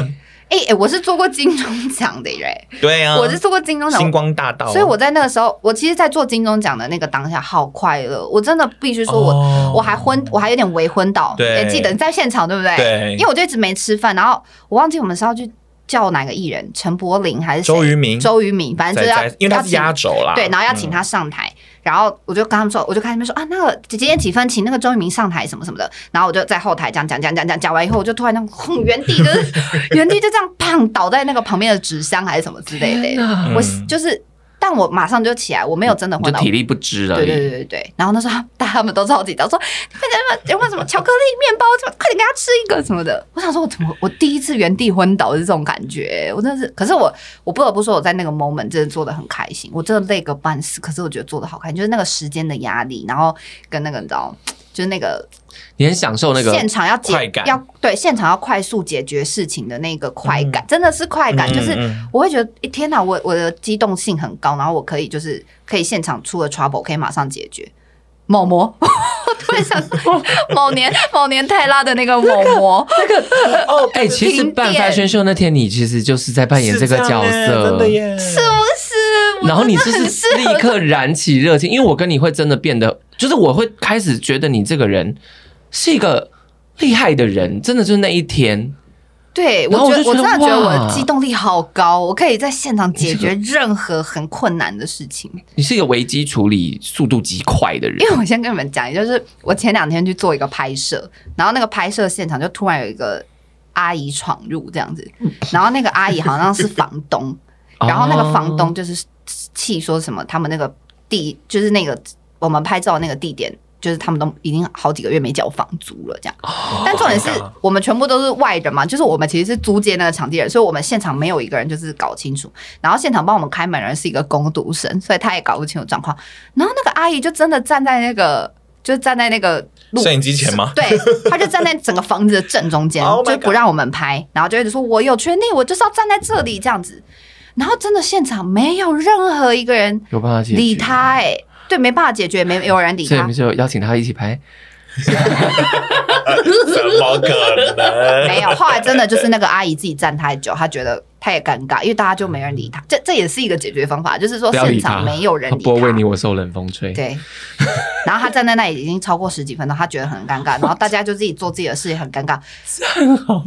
S1: 哎、我是做过金钟奖的耶，
S2: 对啊，
S1: 我是做过金钟奖
S2: 星。光哦大道，啊
S1: 所以我在那个时候，我其实，在做金钟奖的那个当下，好快乐。我真的必须说我，我、
S2: 哦
S1: 还昏，我还有点微昏倒。
S2: 对
S1: 也记得你在现场对不对？
S2: 对
S1: 因为我就一直没吃饭，然后我忘记我们是要去叫哪个艺人，陈柏霖还是谁
S2: 周渝民
S1: 周渝民，反正
S2: 在
S1: 就是要
S2: 在，因为他
S1: 要
S2: 是
S1: 请
S2: 压轴啦，嗯
S1: 对，然后要请他上台，然后我就跟他们说，我就跟他们说啊，那个姐姐几分，请那个周渝民上台什么什么的，然后我就在后台讲讲讲讲讲讲完以后，我就突然那样轰原地就是原地就这样砰倒在那个旁边的纸箱还是什么之类的，
S3: 那
S1: 我
S2: 嗯
S1: 就是，但我马上就起来，我没有真的
S3: 就
S1: 昏倒。
S3: 体力不支而
S1: 对对
S3: 已。
S1: 对对对，然后那时候大家们都超紧张，说快点快点，有没有什么巧克力面包，什么快点给他吃一个什么的。我想说，我怎么我第一次原地昏倒是这种感觉，我真的是。可是我我不得不说，我在那个 moment 真的做的很开心，我真的累个半死，可是我觉得做的好看，就是那个时间的压力，然后跟那个你知道。就是那个
S3: 你很享受那个
S1: 现场要解、
S2: 快感
S1: 要对现场要快速解决事情的那个快感，真的是快感，
S2: 嗯
S1: 就是
S2: 嗯嗯
S1: 我会觉得，诶天哪，我我的机动性很高，然后我可以就是可以现场出了 trouble 可以马上解决。某 模，我突然 想到某年某年泰拉的那个某 模，
S3: 哦，哎，其实
S1: 停
S3: 办
S1: 电
S3: fashion show 那天，你其实就是在扮演这个角
S2: 是这样耶欸
S3: 色
S2: 真的。耶，是
S1: 是哦不是？我
S3: 然后你就
S1: 真的很适
S3: 是立
S1: 合
S3: 刻燃起热情，因为我跟你会真的变得，就是我会开始觉得你这个人是一个厉害的人，真的就是那一天，
S1: 对，我
S3: 然后
S1: 觉
S3: 我
S1: 得
S3: 就
S1: 我
S3: 觉
S1: 真
S3: 得
S1: 的觉得我
S3: 哇
S1: 的机动力好高，我可以在现场解 决任何很困难的事情。
S3: 你是一个危机处理速度极快的人
S1: 因。为我先跟你们讲，也就是我前两天去做一个拍摄，然后那个拍摄现场就突然有一个阿姨闯入这样子，然后那个阿姨好像是房东，然后那个房
S3: 哦
S1: 东就是气说什么他们那个地就是那个我们拍照的那个地点。就是他们都已经好几个月没缴房租了，这样。但重点是我们全部都是外人嘛，就是我们其实是租借那个场地人，所以我们现场没有一个人就是搞清楚。然后现场帮我们开门的人是一个工读生，所以他也搞不清楚状况。然后那个阿姨就真的站在那个，就站在那个路
S2: 摄影机前吗？
S1: 对，他就站在整个房子的正中间
S2: Oh，my
S1: 就不让我们拍，然后就一直说我有权利，我就是要站在这里这样子。然后真的现场没有任何一个人
S3: 有办法解决
S1: 理他、哎，对，没办法解决，没有人理
S3: 所以我
S1: 他
S3: 们，就邀请他一起拍。
S1: 哦
S2: 怎么可能？
S1: 没有。后来真的就是那个阿姨自己站太久，她觉得她也尴尬，因为大家就没人理她。这这也是一个解决方法，就是说
S3: 嗯不要
S1: 现
S3: 理他，
S1: 场没有人理
S3: 不为你
S1: 她。
S3: 我受冷风吹。
S1: 对，然后她站在那里已经超过十几分钟，她觉得很尴尬，然后大家就自己做自己的事，也很尴尬。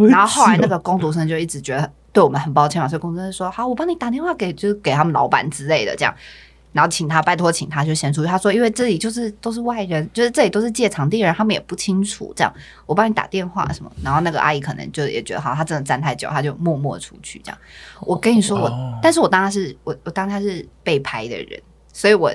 S1: 然后后来那个工读生就一直觉得对我们很抱歉嘛，所以工读生就说：“好，我帮你打电话给就是给他们老板之类的这样。”然后请他拜托，请他就先出去。他说：“因为这里就是都是外人，就是这里都是借场地人，他们也不清楚这样。我帮你打电话什么。”然后那个阿姨可能就也觉得好，她真的站太久，她就默默出去这样。我跟你说，我、
S2: 哦
S1: 但是我当他是我我当他是被拍的人，所以我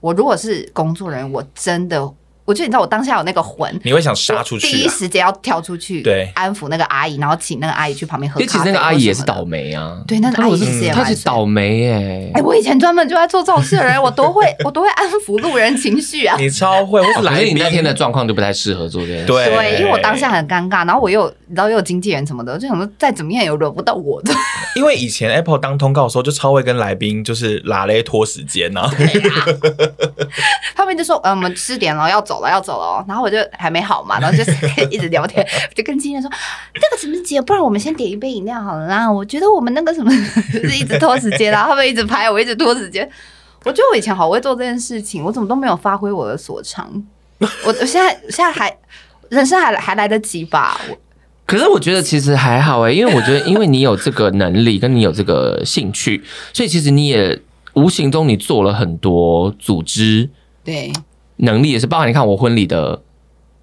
S1: 我如果是工作人员，我真的我觉得你知道我当下有那个魂，
S2: 你会想杀出
S1: 第
S2: 去
S1: 一
S2: 啊？
S1: 时间要跳出去，
S2: 对
S1: 安抚那个阿姨，然后请那个阿姨去旁边喝
S3: 因为
S1: 咖啡。
S3: 其实那个阿姨也是倒。霉啊，
S1: 对那个
S3: 她如果
S1: 阿姨其实也
S3: 她
S1: 蛮
S3: 是倒霉耶
S1: 哎、。我以前专门就在做这种事的人，我多会，我多会安抚路人情绪啊。
S2: 你超会，我是
S3: 哦可
S2: 来
S3: 是你
S2: 宾
S3: 那天的状况就不太适合做这件事。
S2: 对
S1: 对，因为我当下很尴尬，然后我又你知道又有经纪人什么的，我就想说再怎么样也轮不到我的。
S2: 因为以前 Apple 当通告的时候，就超会跟来宾就是拉勒拖时间啊呐、
S1: 他们就说：“呃，我们吃点了，要走了，要走了哦。”然后我就还没好 嘛，然后就是一直聊天，就跟经纪人说：“那个什么姐，不然我们先点一杯饮料好了啦。”我觉得我们那个什么 就是一直拖时间， 然后他们一直拍我，一直拖时间。我觉得我以前好会做这件事情，我怎么都没有发挥我的所长。我我现在现在还人生还还来得及吧？我
S3: 可是我觉得其实还好哎、因为我觉得因为你有这个能力，跟你有这个兴趣， 所以其实你也无形中你做了很多组织
S1: 对
S3: 能力，也是包含你看我婚礼的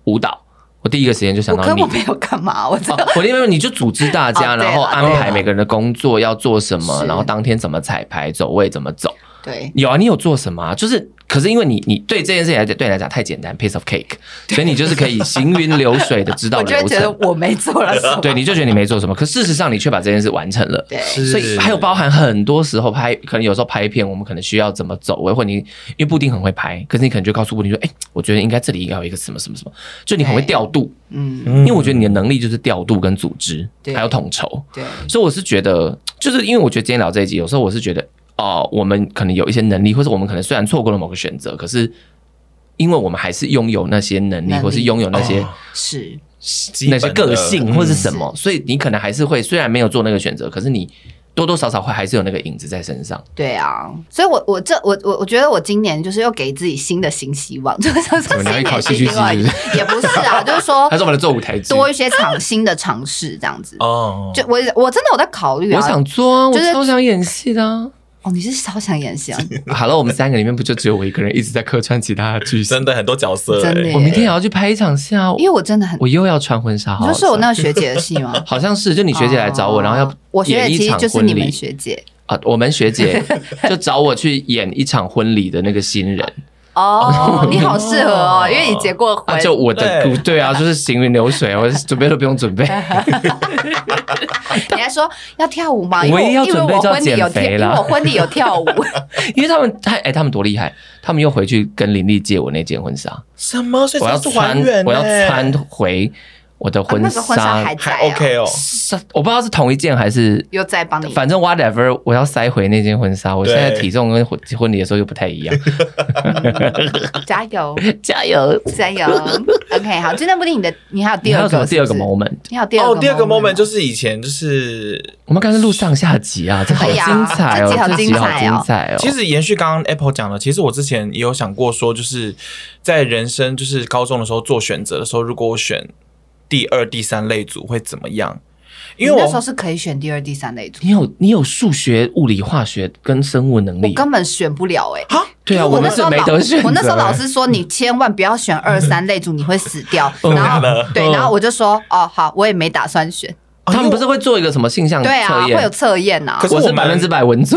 S3: 舞蹈，我第一个时间就想
S1: 我
S3: 到
S1: 可
S3: 你
S1: 我。没有干嘛，我这
S3: 哦，我因为你就组织大家，
S1: 哦对
S3: 然后
S1: 了
S3: 安排每个人的工作要做什么，
S1: 是
S3: 然后当天怎么彩排、走位怎么走。
S1: 对
S3: 有啊，你有做什么、啊？就是，可是因为你你对这件事情来讲，对你来讲太简单，piece of cake，所以你就是可以行云流水的知道
S1: 我就会
S3: 流
S1: 觉得
S3: 程。
S1: 我没做了什么。
S3: 对，你就觉得你没做什么，可事实上你却把这件事完成了。
S1: 对
S2: 是
S3: 所以还有包含很多时候拍，可能有时候拍片，我们可能需要怎么走位，或你因为布丁很会拍，可是你可能就告诉布丁说，哎、我觉得应该这里应该有一个什么什么什么，就你很会
S1: 对
S3: 调度，
S1: 嗯，
S2: 因
S3: 因为我觉得你的能力就是调度跟组织，
S1: 对
S3: 还有统筹，
S1: 对，
S3: 所以我是觉得，就是因为我觉得今天聊这一集，有时候我是觉得，哦、我们可能有一些能力，或者我们可能虽然错过了某个选择，可是因为我们还是拥有那些能力，
S1: 能力
S3: 或是拥有那些、
S2: 哦
S1: 是
S2: 基
S3: 那
S2: 本的
S3: 些个性或是什么，
S1: 嗯
S3: 所以你可能还是会，虽然没有做那个选择，可是你多多少少会还是有那个影子在身上。
S1: 对啊，所以我我这我我我觉得我今年就是又给自己新的新希望， 就是说新
S3: 么你要去
S1: 年
S3: 考戏
S1: 新
S3: 剧
S1: 希望
S3: 系是不
S1: 也不是啊， 就是说
S3: 他说我们做舞台剧，
S1: 多一些尝新的尝试这样子。
S2: 哦，
S1: 就我我真的我在考虑啊，
S3: 我想做啊，
S1: 就是
S3: 我超想演戏的、啊。
S1: 哦，你是超想演戏啊，
S3: 好了，我们三个里面不就只有我一个人一直在客串其他的剧 情？
S2: 真的很多角色、
S1: 真的
S2: 欸
S1: 耶
S3: 我明天也要去拍一场戏啊！
S1: 因为我真的很，
S3: 我又要穿婚纱，好
S1: 你
S3: 好
S1: 就是我
S3: 笑
S1: 那个学姐的戏吗？
S3: 好像是，就你学姐来找我，
S1: 哦
S3: 然后要
S1: 我学
S3: 演
S1: 姐
S3: 一
S1: 其实
S3: 场
S1: 就是
S3: 婚
S1: 你们
S3: 礼
S1: 学姐
S3: 啊，我们 学姐就找我去演一场婚礼的那个新人
S1: 哦，你好适合哦，因为你结过
S3: 啊，
S1: 婚，
S3: 就我的
S2: 对
S3: 对啊，就是行云流水，我准备都不用准备，
S1: 你还说要跳舞吗？因
S3: 我
S1: 为
S3: 也要
S1: 因为
S3: 准备
S1: 我
S3: 就要
S1: 婚礼有
S3: 减
S1: 跳，
S3: 肥
S1: 因为
S3: 啦
S1: 我婚礼有 跳舞，
S3: 因为他们太哎，他们多厉害，他们又回去跟林丽借我那件婚纱，
S2: 什么？所以
S3: 我要
S2: 这是还
S3: 穿
S2: 原欸、，
S3: 我要穿回我的
S1: 啊
S3: 婚
S1: 那个婚纱
S3: 纱
S1: 还，在
S2: 还
S1: 啊
S2: OK 哦，
S3: 是我不知道是同一件还是。
S1: 又在帮你。
S3: 反正 whatever，我要塞回那件婚纱。我
S2: 对
S3: 现在体重跟婚婚礼的时候又不太一样，
S1: 加油，
S3: 加油！
S1: 加油！OK，好，就那部电影的，你还有
S3: 你
S1: 第
S3: 还
S1: 二
S3: 有什
S1: 个
S3: 么第二个
S1: 是不是
S3: moment？
S1: 你还有第二
S2: 哦，
S1: 个
S2: 第二个 moment 就是是以前就是，
S3: 我们刚才录上下集啊，这好
S1: 哎
S3: 精
S1: 呀
S3: 彩哦，
S1: 这
S3: 这
S1: 集
S3: 集
S1: 好精
S3: 好
S1: 彩哦
S3: 精彩哦。
S2: 其实延续刚刚 Apple 讲的，其实我之前也有想过说，就是在人生就是高中的时候做选择的时候，如果我选第二、第三类组会怎么样？因为
S1: 那时候
S2: 我
S1: 是可以选第二、第三类组，
S3: 你有你有数学、物理、化学跟生物能
S1: 我
S3: 力，
S1: 根本选不了哎。
S2: 啊，
S3: 对啊，
S1: 因为我
S3: 们
S1: 那时
S3: 是
S1: 候
S3: 没
S1: 老
S3: 得选择。啊嗯
S1: 我那时候老师说你千万不要选二三类组，你会死掉。然后对，然后我就说哦好，我也没打算选。
S2: 哦
S3: 他们不是会做一个什么性向嗯测
S1: 对啊，会有
S3: 验？
S1: 测验呐
S2: 可。是
S3: 我
S2: 我
S3: 是
S2: 们哦
S3: 百分之百文组，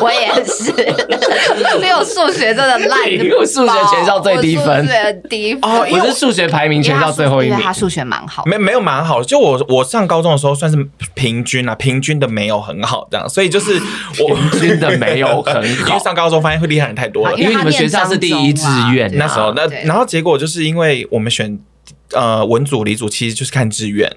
S1: 我也是， 因为我数学真的 烂，
S3: 因为我数学全校最低分
S1: 我数学低分。
S2: 哦因为
S3: 我是数学排名全校最后一
S1: 因
S3: 名
S1: 为。他数学蛮好的。
S2: 没没有蛮好，就我我上高中的时候算是平均啊，平均的没有很好这样，所以就是 我
S3: 平均的没有很
S2: 因为
S3: 好，
S2: 上高中发现会厉害人太多
S1: 啊
S2: 了，
S3: 因为你们学校是第一志愿
S1: 因为他念彰中啊
S2: 那时候那
S1: 对
S2: 然后结果就是因为我们选呃文组理组其实就是看志愿，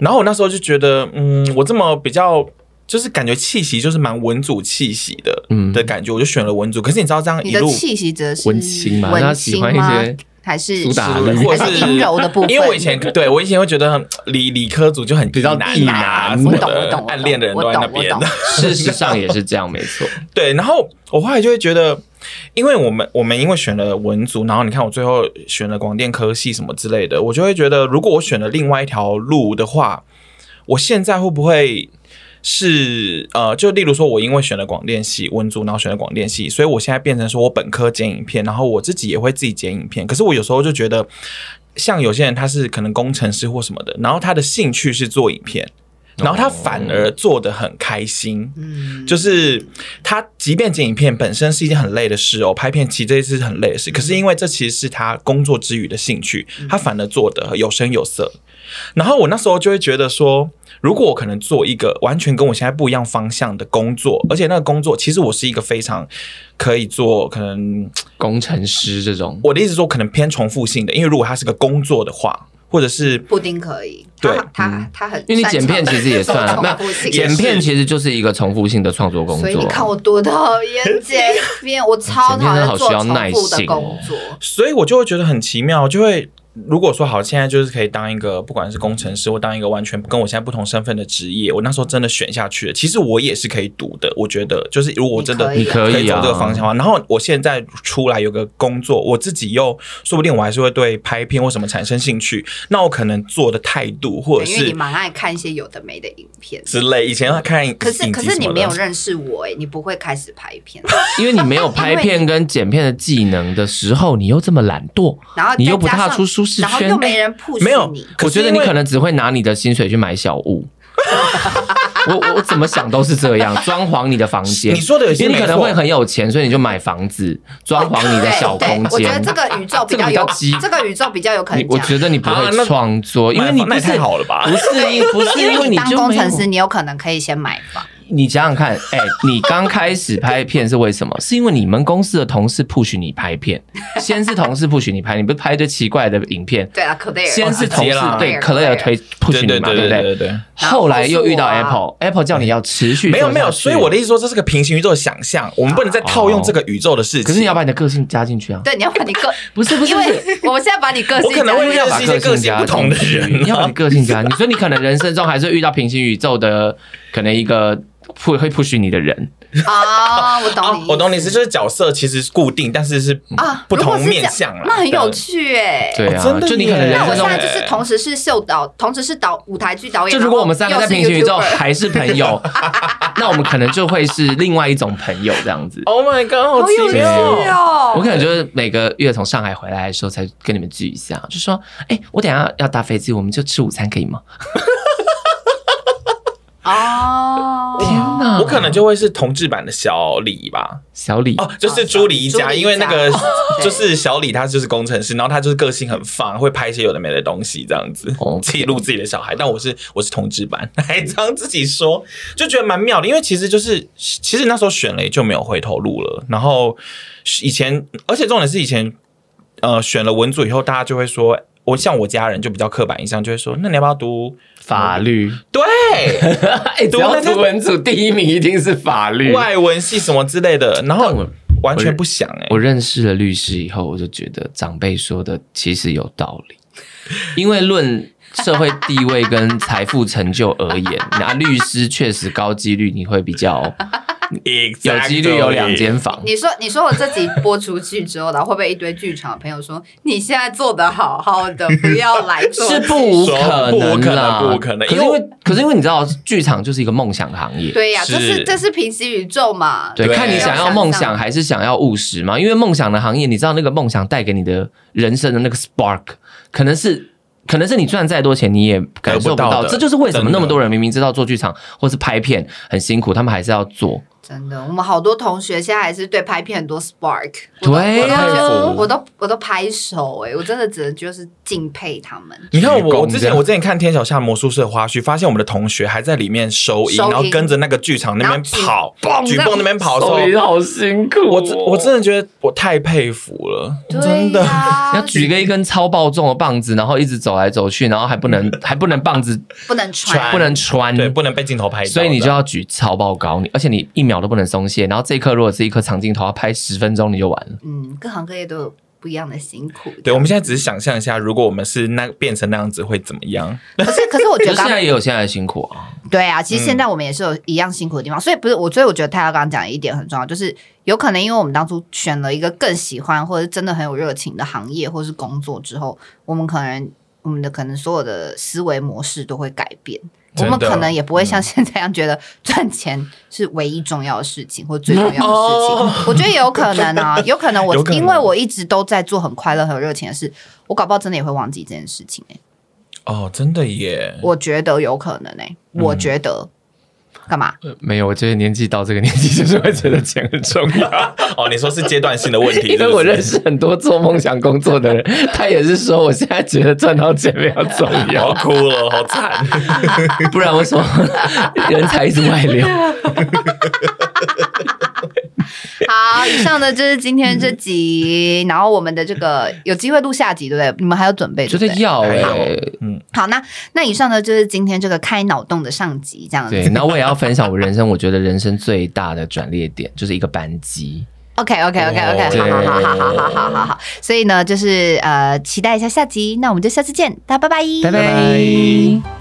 S2: 然后我那时候就觉得嗯，我这么比较。就是感觉气息就是蛮文组气息的，嗯
S3: 嗯
S2: 的感觉，我就选了文组。可是你知道这样
S1: 你
S2: 一
S1: 的
S2: 路，
S1: 气息则是
S3: 文青嘛，
S1: 文
S3: 他喜
S1: 青
S3: 欢一
S1: 吗？
S3: 些
S1: 还是
S3: 苏打
S2: 是
S3: 绿，
S2: 或
S1: 还
S2: 者
S1: 是阴柔的部分？
S2: 因为我以前对我以前会觉得嗯理理科组就很
S3: 比较
S2: 难
S3: 意
S2: 啊，
S3: 难
S2: 什
S1: 我
S2: 么
S1: 懂我
S2: 的
S1: 懂，我懂
S2: 暗恋的人都在那边
S1: 我懂我懂。
S3: 事实上也是这样，没错。
S2: 对，然后我后来就会觉得，因为我们我们因为选了文组，然后你看我最后选了广电科系什么之类的，我就会觉得，如果我选了另外一条路的话，我现在会不会是呃，就例如说我因为选了广电系文组，然后选了广电系，所以我现在变成说我本科剪影片，然后我自己也会自己剪影片，可是我有时候就觉得。像有些人他是可能工程师或什么的，然后他的兴趣是做影片，然后他反而做的很开心，
S1: 嗯，
S2: 就是他，即便剪影片本身是一件很累的事哦，拍片其实这是很累的事，可是因为这其实是他工作之余的兴趣，他反而做的有声有色。然后我那时候就会觉得说，如果我可能做一个完全跟我现在不一样方向的工作，而且那个工作其实我是一个非常可以做，可能
S3: 工程师这种，
S2: 我的意思说可能偏重复性的，因为如果它是个工作的话，或者是
S1: 布丁可以，
S2: 对
S1: 他他他很，
S3: 嗯因为你剪片其实 也算啊，没有剪片其实就是一个重复性的创作啊工
S1: 所以
S3: 作
S1: 你。看我多讨厌 剪片，我超讨厌做重复的
S3: 哦
S1: 工作。
S2: 所以我就会觉得很奇妙，就会如果说好，现在就是可以当一个不管是工程师或当一个完全跟我现在不同身份的职业，我那时候真的选下去了，其实我也是可以读的。我觉得就是如果我真的
S1: 你
S3: 可以
S2: 走
S3: 啊
S2: 这个方向的话，然后我现在出来有个工作，我自己又说不定我还是会对拍片或什么产生兴趣，那我可能做的态度或者
S1: 因为你
S2: 是
S1: 蛮爱看一些有的没的影片，
S2: 之类，以前看影
S1: 可是
S2: 影
S1: 可
S2: 集
S1: 是
S2: 什
S1: 你
S2: 么
S1: 没有
S2: 的。
S1: 认识我哎、你不会开始拍片，
S3: 因为你没有拍片跟剪片的技能的时候，你又这么懒惰，
S1: 然后再
S3: 你又不
S1: 加上
S3: 踏出舒适
S1: 然后
S3: 圈欸
S1: 又。没人 push 你，
S2: 没有
S3: 我
S2: 可是
S3: 觉
S2: 因
S3: 得
S2: 为
S3: 你可能只会拿你的薪水去买小物。 我我我怎么想都是这样，装潢你的房间。
S2: 你说的有些
S3: 因为你可能
S2: 没错
S3: 会很有钱，所以你就买房子，装潢你的小
S1: 对
S3: 空
S1: 对我觉得
S3: 间
S1: 这。个宇宙比较
S3: 这个
S1: 有
S3: 比较激，
S1: 这个宇宙比较有可
S3: 你
S1: 能这
S3: 我
S1: 样。
S3: 觉得你不
S2: 啊那
S3: 会创作，因为你不
S2: 买房那也
S3: 是
S2: 太好了吧
S3: 不是 因不是因为
S1: 你当
S3: 就
S1: 工
S3: 没有
S1: 程师，你有可能可以先买房。
S3: 你想想看，哎、你刚开始拍片是为什么？是因为你们公司的同事 push 你拍片，先是同事 push 你拍，你不是拍一堆奇怪的影片，
S1: 对啊，可贝尔
S3: 先是同
S2: 杰
S3: 事
S2: 拉
S3: 对
S1: Claire
S3: Claire 推 push
S2: 对
S3: 你
S2: 对
S3: 嘛，
S2: 对
S3: 对不
S2: 对
S3: 对？
S2: 对对。
S3: 后来又遇到
S1: 然后
S3: Apple，Apple 叫你要持续
S2: 啊没有没有，
S3: 做下去
S2: 所以我的意思说，这是个平行宇宙的想象，我们不能再套用这个宇宙的事情。
S3: 可是你要把你的个性加进去啊，
S1: 对，你要把你个
S3: 不 是不是
S1: 因
S3: 不是。
S1: 为我们现在把你个性
S2: 我可能会
S1: 讲
S3: 要
S2: 认
S3: 把
S2: 识一些
S3: 个
S2: 个
S3: 性
S2: 性
S3: 加
S2: 不同的人啊
S3: 你，要把你个性加进去，所以你可能人生中还是遇到平行宇宙的可能一个会会 push 你的人，
S1: 啊，我懂
S2: 哦
S1: 你，，
S2: 我懂你意思，就是角色其实是固定，但是是
S1: 啊，
S2: 不
S1: 如果
S2: 同
S1: 是这
S2: 面
S1: 样
S2: 向啦
S1: 那很有
S2: 对
S1: 趣哎。
S3: 对啊，
S2: 哦真的
S3: 就你可能
S2: 耶
S3: 人
S1: 那我
S3: 生
S1: 现
S3: 中
S1: 在就是同时是秀导，同时是导舞台剧导演。
S3: 就如果我们三
S1: 然
S3: 个
S1: 后
S3: 在
S1: 又是
S3: 平行宇宙
S1: YouTuber
S3: 还是朋 友，那我们可能就会是另外一种朋友这样子。
S2: Oh my god，好
S1: 好有
S2: 奇
S1: 趣
S2: 妙哦！
S1: 哦。
S3: 我可能就是每个月从上海回来的时候才跟你们聚一下，就说：“哎、我等一下要搭飞机，我们就吃午餐可以吗
S1: 哦，
S3: 天哪
S2: 我可能就会是同志版的小李吧，？”
S3: 小李，
S2: 哦，就是朱李一
S1: 啊朱
S2: 家，
S1: 莉一家
S2: 因为那 个
S1: 对
S2: 就是小李，他就是工程师，然后他就是个性很放，会拍一些有的没的东西这样子，
S3: OK
S2: 记录自己的小孩。但我是我是同志版，还这样自己说，就觉得蛮妙的。因为其实就是其实那时候选了也就没有回头路了，然后以前，而且重点是以前呃选了文组以后，大家就会说。我像我家人就比较刻板印象，就会说，那你要不要读
S3: 法 律，
S2: 对
S3: 哎、只
S2: 读
S3: 要
S2: 啊那
S3: 读
S2: 就
S3: 文组第一名一定是法律。
S2: 外文系什么之类的？然后
S3: 但我
S2: 完全不想哎、
S3: 我认识了律师以后，我就觉得长辈说的其实有道理， 因为论社会地位跟财富成就而言， 那律师确实高几率你会比 较有几率有两间房。
S1: 你说，你说我这集播出去之后，然后会不会一堆剧场的朋友说你现在做的好好的，不要来做？
S3: 是不无可
S2: 说不无
S3: 能
S2: 可
S3: 啦，
S2: 能不无可能
S3: 可是
S2: 因
S3: 因
S2: 为
S3: 为，可是因为你知道，剧场就是一个梦想行 业。
S1: 对呀、这是
S2: 是
S1: 这是平行宇宙嘛？啊
S3: 对，
S2: 对
S3: 看你想要梦想
S1: 象，
S3: 还是想要务实嘛？因为梦想的行业，你知道那个梦想带给你的人生的那个 spark，可能是。可能是你赚再多钱，你也感受不
S2: 得
S3: 到，
S2: 不到的
S3: 这就是为什么
S2: 真
S3: 那
S2: 的
S3: 么多人明明知道做剧场或是拍片很辛苦，他们还是要做。
S1: 真的，我们好多同学现在还是对拍片很多 spark。
S3: 对
S1: 啊
S3: 啊呀、
S2: 佩服
S1: 我都我都拍手哎、我真的只能就是敬佩他们。
S2: 你看
S3: 鞠躬
S2: 我，我之
S3: 这
S2: 前
S3: 样
S2: 我之前看《天桥下魔术社》花絮，发现我们的同学还在里面收音，
S1: 收音
S2: 然后跟着那个剧场那边跑
S1: 然后，举
S2: 举
S1: 棒
S2: 棒那边跑的时候，
S3: 好辛苦、
S2: 我真我真的觉得我太佩服了，真
S1: 对
S2: 的。
S1: 呀
S3: 要举个一根超爆重的棒子，然后一直走来走去，然后还不能还不能棒子
S1: 不能传
S2: 传
S3: 不能穿，
S2: 对，不能被镜头拍
S3: 嗯
S2: 到，
S3: 所以你就
S2: 这样
S3: 要举超爆高，你而且你一秒都不能松懈。然后这一刻如果是一颗长镜头，要拍十分钟你就完了。
S1: 嗯，各行各业都有不一样的辛苦。
S2: 对。我们现在只是想象一下，如果我们是那变成那样子会怎么样？
S1: 可是可是我觉得
S3: 可是
S1: 刚
S3: 现
S1: 刚
S3: 在也有现在的辛苦啊，
S1: 对啊，其实
S2: 嗯
S1: 现在我们也是有一样辛苦的地方，所以不是我，所以我觉得泰耀刚刚讲的一点很重要，就是有可能因为我们当初选了一个更喜欢或者真的很有热情的行业或是工作之后，我们可能我们的可能所有的思维模式都会改变，我
S2: 真的
S1: 们可能也不会像现在一样觉得赚钱是唯一重要的事情或最重要的事情。 我觉得有可能啊，有可能 我
S2: 嗯有可能
S1: 因为我一直都在做很快乐很有热情的事，我搞不好真的也会忘记这件事情、欸
S2: 哦，真的耶！
S1: 我觉得有可能诶、欸我
S2: 嗯
S1: 觉得。干嘛？
S3: 呃没有，我觉得年纪到这个年纪，就是会觉得钱很重要。
S2: 哦，你说是阶段性的问题，
S3: 因为
S2: 是不是
S3: 我认识很多做梦想工作的人，他也是说，我现在觉得赚到钱比较重
S2: 好
S3: 要，
S2: 哭了，好惨。
S3: 不然为什么人才一直外 流？
S1: 好，以上呢就是今天这集，然后我们的这个有机会录下集，对不对？你们还有准备？
S3: 觉
S1: 对
S3: 得
S1: 不对？
S3: 要哎、
S2: 好
S1: 好，那那以上呢就是今天这个开脑洞的上集，这样
S3: 对，
S1: 子。
S3: 那我也要分享我人生，我觉得人生最大的转捩点就是一个扳机。
S1: OK OK OK
S3: 对
S1: OK，好好好好好好好好。所以呢，就是呃，期待一下下集，那我们就下次见，大家拜拜，
S3: 拜拜